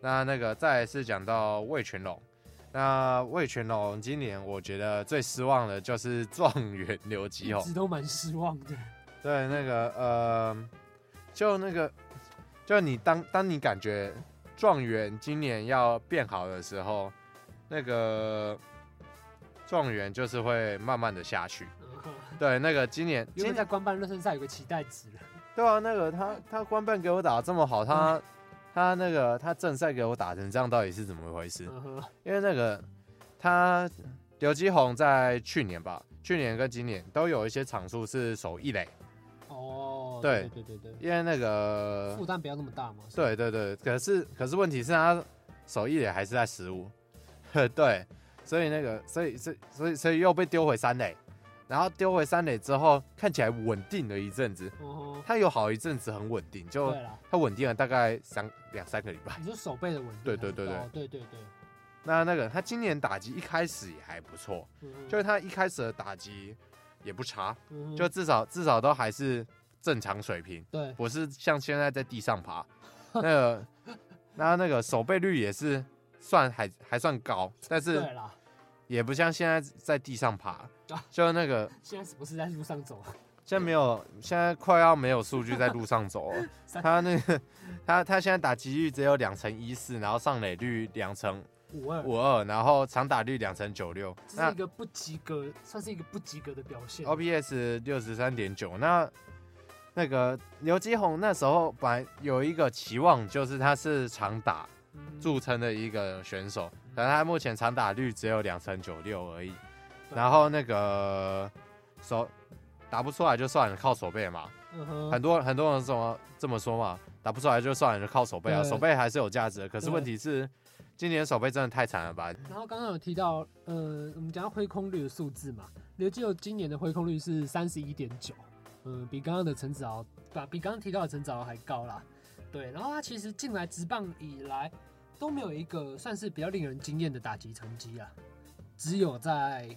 Speaker 2: 那那个再来是讲到魏全龙，那魏全龙今年我觉得最失望的就是状元刘基
Speaker 1: 一
Speaker 2: 宏，
Speaker 1: 直都蛮失望 的。
Speaker 2: 对那个呃，就那个就你当当你感觉状元今年要变好的时候，那个状元就是会慢慢的下去。
Speaker 1: 嗯
Speaker 2: 对，那个今年
Speaker 1: 因
Speaker 2: 今
Speaker 1: 为在
Speaker 2: 年
Speaker 1: 官办热身赛有个期待值了，
Speaker 2: 对啊，那个他他官办给我打得这么好，
Speaker 1: 嗯
Speaker 2: 他他那个他正赛给我打成这样，到底是怎么回事？
Speaker 1: 嗯哼
Speaker 2: 因为那个他刘基宏在去年吧，去年跟今年都有一些场数是守一垒，
Speaker 1: 哦，
Speaker 2: 对呃
Speaker 1: 对对对对，
Speaker 2: 因为那个
Speaker 1: 负担不要那么大嘛。是吧，
Speaker 2: 对对对，可是可是问题是他守一垒还是在十五， 对，所以那个所以所以所以所以又被丢回三垒，然后丢回三垒之后看起来稳定了一阵子，
Speaker 1: 哦，
Speaker 2: 他有好一阵子很稳定，就
Speaker 1: 对啦，
Speaker 2: 他稳定了大概三两三个礼拜。
Speaker 1: 你说手背的稳定
Speaker 2: 对
Speaker 1: 还是
Speaker 2: 对
Speaker 1: 高，
Speaker 2: 对对
Speaker 1: 对对对，
Speaker 2: 那那个他今年打击一开始也还不错，
Speaker 1: 嗯
Speaker 2: 就是他一开始的打击也不差，
Speaker 1: 嗯
Speaker 2: 就至少至少都还是正常水平，
Speaker 1: 对，
Speaker 2: 不是像现在在地上 爬。那个，那那个守备率也是算还还算高，但是
Speaker 1: 对啦，
Speaker 2: 也不像现在在地上爬
Speaker 1: 啊，
Speaker 2: 就那个
Speaker 1: 现在是不是在路上走？啊
Speaker 2: 现在没有，现在快要没有数据在路上走了。
Speaker 1: 三
Speaker 2: 他那个他他现在打击率只有两成一四，然后上垒率两成
Speaker 1: 五二，
Speaker 2: 五二，然后长打率两成九六，
Speaker 1: 这是
Speaker 2: 那
Speaker 1: 一个不及格，算是一个不及格的表
Speaker 2: 哦
Speaker 1: 现。
Speaker 2: OPS 六十三点九。那那个刘基宏那时候本来有一个期望，就是他是长打
Speaker 1: 嗯
Speaker 2: 著称的一个选手，可是他目前长打率只有两成九六而已。
Speaker 1: 对
Speaker 2: 然后那个手打不出来就算了，靠手背嘛。
Speaker 1: 嗯哼，
Speaker 2: 很多很多人怎么这么说嘛，打不出来就算了，就靠手背啊，
Speaker 1: 对
Speaker 2: 手背还是有价值的。可是
Speaker 1: 对
Speaker 2: 问题是，今年手背真的太惨了吧？
Speaker 1: 然后刚刚有提到，呃，我们讲到挥空率的数字嘛，刘基友今年的挥空率是三十一点九，嗯，比刚刚的陈子豪，把比刚刚提到的陈子豪还高啦。对，然后他其实进来职棒以来都没有一个算是比较令人惊艳的打击成绩啊，只有在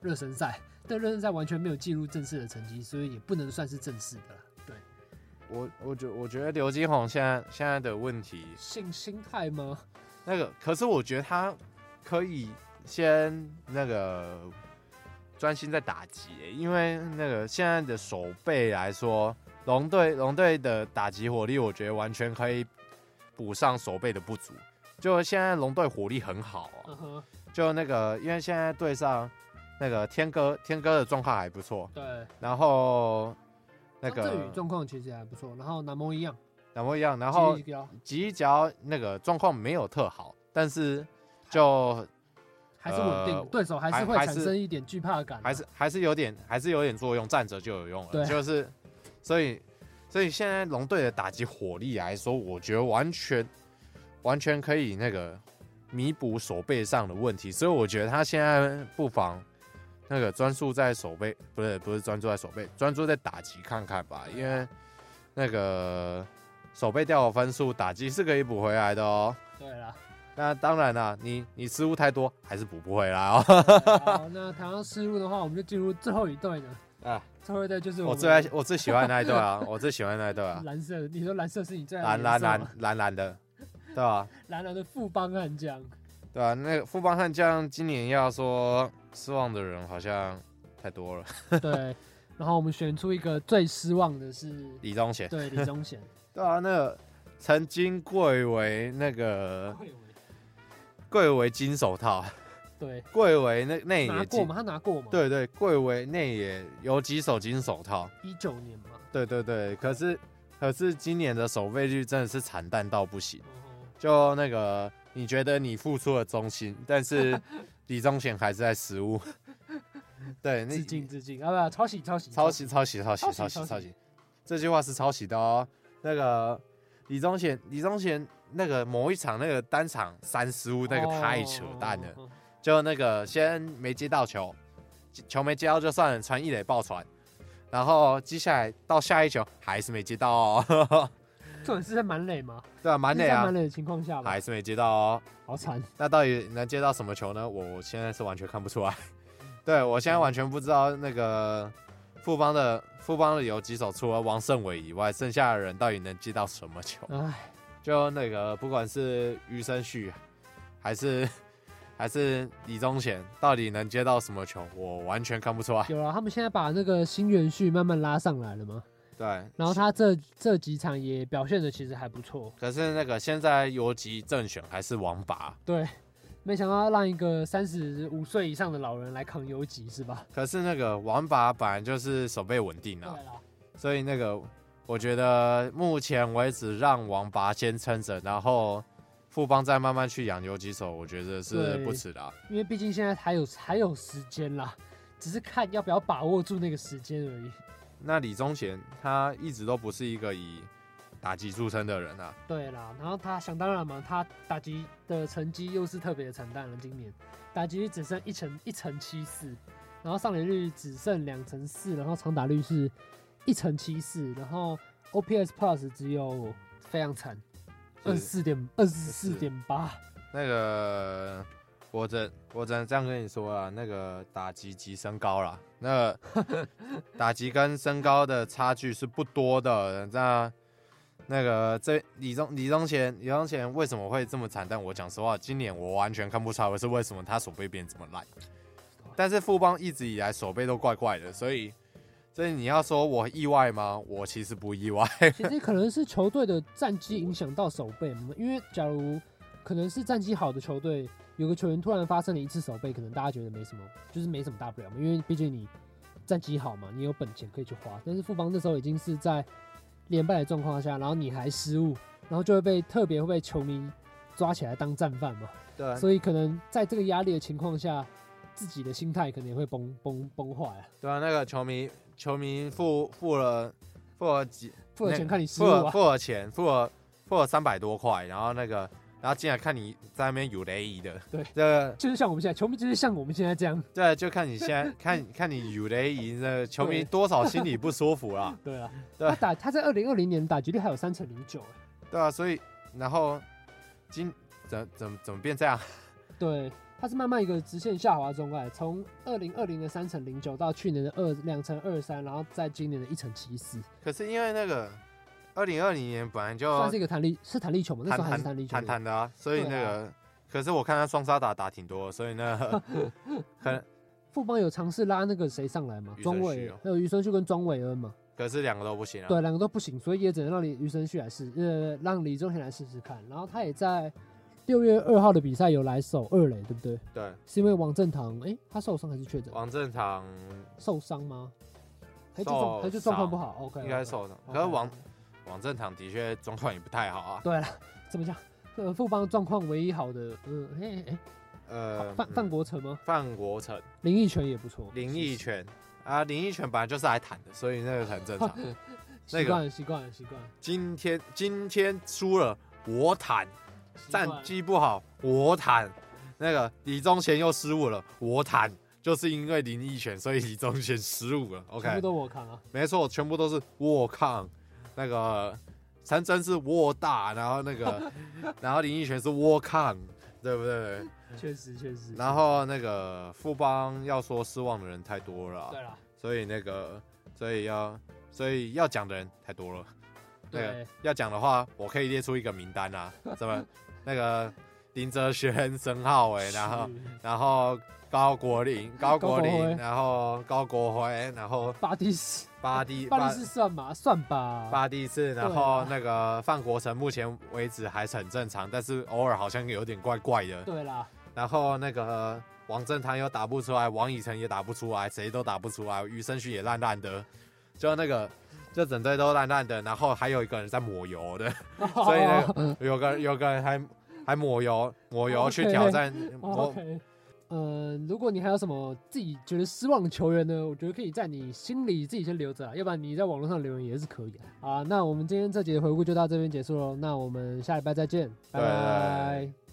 Speaker 1: 热身赛，但热身赛完全没有记录正式的成绩，所以也不能算是正式的啦。对，
Speaker 2: 我我觉我觉得刘金宏现在现在的问题，
Speaker 1: 性心态吗？
Speaker 2: 那个可是我觉得他可以先那个专心在打击耶、因为那个现在的守备来说，龙队龙队的打击火力，我觉得完全可以补上守备的不足。就现在龙队火力很好啊，
Speaker 1: 嗯哼，
Speaker 2: 就那个因为现在队上那个天哥天哥的状况还不错，
Speaker 1: 对，
Speaker 2: 然后那
Speaker 1: 张振
Speaker 2: 个
Speaker 1: 宇状况其实也还不错，然后南蒙一样，
Speaker 2: 然后一样，然后
Speaker 1: 积极啊
Speaker 2: 吉角那个状况没有特好，但是就
Speaker 1: 还是稳定的，
Speaker 2: 呃
Speaker 1: 对手还是
Speaker 2: 还
Speaker 1: 会
Speaker 2: 还
Speaker 1: 产
Speaker 2: 是
Speaker 1: 生一点惧怕感啊、
Speaker 2: 还是还是有点还是有点作用，站着就有用
Speaker 1: 对
Speaker 2: 了，就是所以所以现在龙队的打击火力来说，我觉得完全完全可以那个弥补手背上的问题，所以我觉得他现在不妨那个专注在手背，不是不是专注在手背，专注在打击看看吧，因为那个手背掉的分数，打击是可以补回来的哦。
Speaker 1: 对啦。
Speaker 2: 那当然啦，你你失误太多还是补不回来哦。
Speaker 1: 好，那谈到失误的话，我们就进入最后一队呢。
Speaker 2: 啊，
Speaker 1: 最后一队就是
Speaker 2: 我
Speaker 1: 们
Speaker 2: 最爱我最喜欢那一队啊，我最喜欢那一队 啊，
Speaker 1: 蓝色的，你说蓝色是你最
Speaker 2: 蓝
Speaker 1: 爱的
Speaker 2: 蓝
Speaker 1: 颜色吗
Speaker 2: 蓝蓝蓝的，对吧、
Speaker 1: 蓝蓝的富邦悍将，
Speaker 2: 对吧、那个富邦悍将今年要说失望的人好像太多了，
Speaker 1: 对。 然后我们选出一个最失望的是，
Speaker 2: 李宗贤，
Speaker 1: 对李 宗贤，
Speaker 2: 对啊，那个曾经贵为那个
Speaker 1: 贵为
Speaker 2: 贵为金手套，
Speaker 1: 对
Speaker 2: 贵为那内
Speaker 1: 拿
Speaker 2: 野
Speaker 1: 过
Speaker 2: 金
Speaker 1: 嘛，，他拿过嘛，，
Speaker 2: 哎对对，贵为内野有几手金手套，
Speaker 1: 一九年嘛，
Speaker 2: 对对对，可是可是今年的守备率真的是惨淡到不行。
Speaker 1: 嗯哼
Speaker 2: 就那个，你觉得你付出了忠心，但 是李宗贤还是在失误。对，
Speaker 1: 致
Speaker 2: 你
Speaker 1: 敬致敬啊，不抄袭抄袭
Speaker 2: 抄袭，抄袭，抄袭，抄
Speaker 1: 抄袭
Speaker 2: 袭，
Speaker 1: 抄袭
Speaker 2: 抄袭，这句话是抄袭的哦。那个李宗贤，李宗贤那个某一场那个单场三失误，那个太扯淡了。
Speaker 1: 哦
Speaker 2: 就那个先没接到球，球没接到就算了，传一垒爆传，然后接下来到下一球还是没接到哦。
Speaker 1: 重点是在满垒嘛，
Speaker 2: 对啊，满垒
Speaker 1: 是在
Speaker 2: 啊
Speaker 1: 满，垒的情况下嘛，
Speaker 2: 还是没接到哦。
Speaker 1: 好惨，
Speaker 2: 那到底能接到什么球呢？我现在是完全看不出 来。对我现在完全不知道那个富邦的富邦的有几手，除了王胜伟以外，剩下的人到底能接到什么球？
Speaker 1: 唉，
Speaker 2: 就那个不管是余生旭，还是 还是李宗贤，到底能接到什么球？我完全看不出来。
Speaker 1: 有啊了，他们现在把那个新元旭慢慢拉上来了嘛，
Speaker 2: 对，
Speaker 1: 然后他这这几场也表现的其实还不错，
Speaker 2: 可是那个现在游击正选还是王拔，
Speaker 1: 对，没想到让一个三十五岁以上的老人来扛游击是吧？
Speaker 2: 可是那个王拔本来就是手背稳定啊。
Speaker 1: 啦，
Speaker 2: 所以那个，我觉得目前为止让王拔先撑着，然后富邦再慢慢去养游击手，我觉得是
Speaker 1: 对
Speaker 2: 不迟的啊、
Speaker 1: 因为毕竟现在还有还有时间啦，只是看要不要把握住那个时间而已。
Speaker 2: 那李宗贤他一直都不是一个以打击出身的人啊，
Speaker 1: 对啦，然后他想当然嘛，他打击的成绩又是特别的惨淡了，今年打击率只剩一成一成七四，然后上垒率只剩两成四，然后长打率是一成七四，然后 OPS Plus 只有非常惨，二十
Speaker 2: 是
Speaker 1: 四点二十四点八，
Speaker 2: 那个我只我只能这样跟你说啊，那个打击及身高啦，那个 打击跟身高的差距是不多的。那那个这李宗李宗贤李宗贤为什么会这么惨淡？我讲实话，今年我完全看不出来是为什么他手背变这么烂。但是富邦一直以来手背都怪怪的，所以所以你要说我意外吗？我其实不意外。
Speaker 1: 其实可能是球队的战绩影响到手背嘛，因为假如可能是战绩好的球队，有个球员突然发生了一次手背，可能大家觉得没什么，就是没什么大不了嘛，因为毕竟你战绩好嘛，你有本钱可以去花。但是富邦那时候已经是在连败的状况下，然后你还失误，然后就会被特别会被球迷抓起来当战犯嘛，
Speaker 2: 对
Speaker 1: 所以可能在这个压力的情况下，自己的心态可能也会崩崩崩坏啊，
Speaker 2: 对啊，那个球迷球迷付付了付了几
Speaker 1: 付了钱
Speaker 2: 那
Speaker 1: 看你失
Speaker 2: 付
Speaker 1: 误
Speaker 2: 了
Speaker 1: 啊，
Speaker 2: 付了钱，付了付了三百多块，然后那个，然后进来看你在那边有雷伊的，
Speaker 1: 对
Speaker 2: 这个
Speaker 1: 就是像我们现在球迷就是像我们现在这样，
Speaker 2: 对，就看你现在看看你有雷伊，那个球迷
Speaker 1: 对
Speaker 2: 多少心 里不舒服啦，
Speaker 1: 对啊，
Speaker 2: 对
Speaker 1: 他打他在二零二零年打击率还有三成零九，
Speaker 2: 对啊，所以然后今怎怎怎么变这样？
Speaker 1: 对，他是慢慢一个直线下滑中哎，从二零二零的三成零九到去年的二两成二三，然后在今年的一成七四，
Speaker 2: 可是因为那个二零二零年本来就
Speaker 1: 算是一个弹力是弹力球吗？那时
Speaker 2: 弹
Speaker 1: 候还是
Speaker 2: 哦弹
Speaker 1: 弹力球，
Speaker 2: 弹弹的啊，所以那
Speaker 1: 对啊
Speaker 2: 个可是我看他双杀打打挺多的，所以 呢，可能
Speaker 1: 富邦有尝试拉那个谁上来嘛，
Speaker 2: 庾
Speaker 1: 庄
Speaker 2: 澄
Speaker 1: 伟
Speaker 2: 旭哦
Speaker 1: 还有余生旭跟庄伟恩嘛，
Speaker 2: 可是两个都不行啊。
Speaker 1: 对，两个都不行，所以也只能让李余生旭来试，呃，让李宗贤来试试看。然后他也在六月二号的比赛有来守二垒，对不对？
Speaker 2: 对，
Speaker 1: 是因为王正堂，诶，他受伤还是确诊？
Speaker 2: 王正堂
Speaker 1: 受伤吗？还就
Speaker 2: 受
Speaker 1: 状还就状况
Speaker 2: 伤
Speaker 1: 不好，OK，
Speaker 2: 应该受伤，可是王王正堂的确状况也不太好啊。
Speaker 1: 对了，怎么讲？呃，富邦状况唯一好的，嗯，诶诶，
Speaker 2: 呃，
Speaker 1: 范
Speaker 2: 嗯
Speaker 1: 范国成吗？
Speaker 2: 范国成、
Speaker 1: 林奕泉也不错，
Speaker 2: 林奕泉啊，林奕泉本来就是来谈的，所以那个很正 常。
Speaker 1: 哦
Speaker 2: 那
Speaker 1: 习
Speaker 2: 个
Speaker 1: 惯了习惯了习惯了，
Speaker 2: 今天今天输了，我坦
Speaker 1: 习惯
Speaker 2: 战
Speaker 1: 了
Speaker 2: 绩不好，我坦那个李宗贤又失误了，我坦就是因为林奕泉，所以李宗贤失误了。
Speaker 1: 全部
Speaker 2: OK，
Speaker 1: 都我扛啊，
Speaker 2: 没错，全部都是我抗那个陈真是我大，然后那个 然后林奕泉是我抗，对不 对？
Speaker 1: 确实确实。
Speaker 2: 然后那个富邦要说失望的人太多了啊，
Speaker 1: 对了，
Speaker 2: 所以那个所以要所以要讲的人太多了。那个
Speaker 1: 对，
Speaker 2: 要讲的话，我可以列出一个名单啊，什 么那个林哲轩、申浩伟，然后
Speaker 1: 是
Speaker 2: 然后高国 林、高国
Speaker 1: 高国
Speaker 2: 林，
Speaker 1: 辉
Speaker 2: 然后高国辉，然后
Speaker 1: 巴蒂斯，
Speaker 2: 巴蒂
Speaker 1: 巴蒂斯算吗？算吧，
Speaker 2: 巴蒂斯，然
Speaker 1: 对
Speaker 2: 后
Speaker 1: 啊
Speaker 2: 那个范国成，目前为止还是很正常，但是偶尔好像有点怪怪的。
Speaker 1: 对啦，
Speaker 2: 然后那个王振堂又打不出来，王以诚也打不出来，谁都打不出来，余生旭也烂烂的，就那个就整队都烂烂的，然后还有一个人在抹油的。所以那个有个有个人还还抹油抹油
Speaker 1: OK
Speaker 2: 去挑战
Speaker 1: o
Speaker 2: 抹
Speaker 1: k 呃，如果你还有什么自己觉得失望的球员呢？我觉得可以在你心里自己先留着啊，要不然你在网络上留言也是可以啊的啊。那我们今天这节回顾就到这边结束喽，那我们下礼拜再见，拜
Speaker 2: 对
Speaker 1: 拜。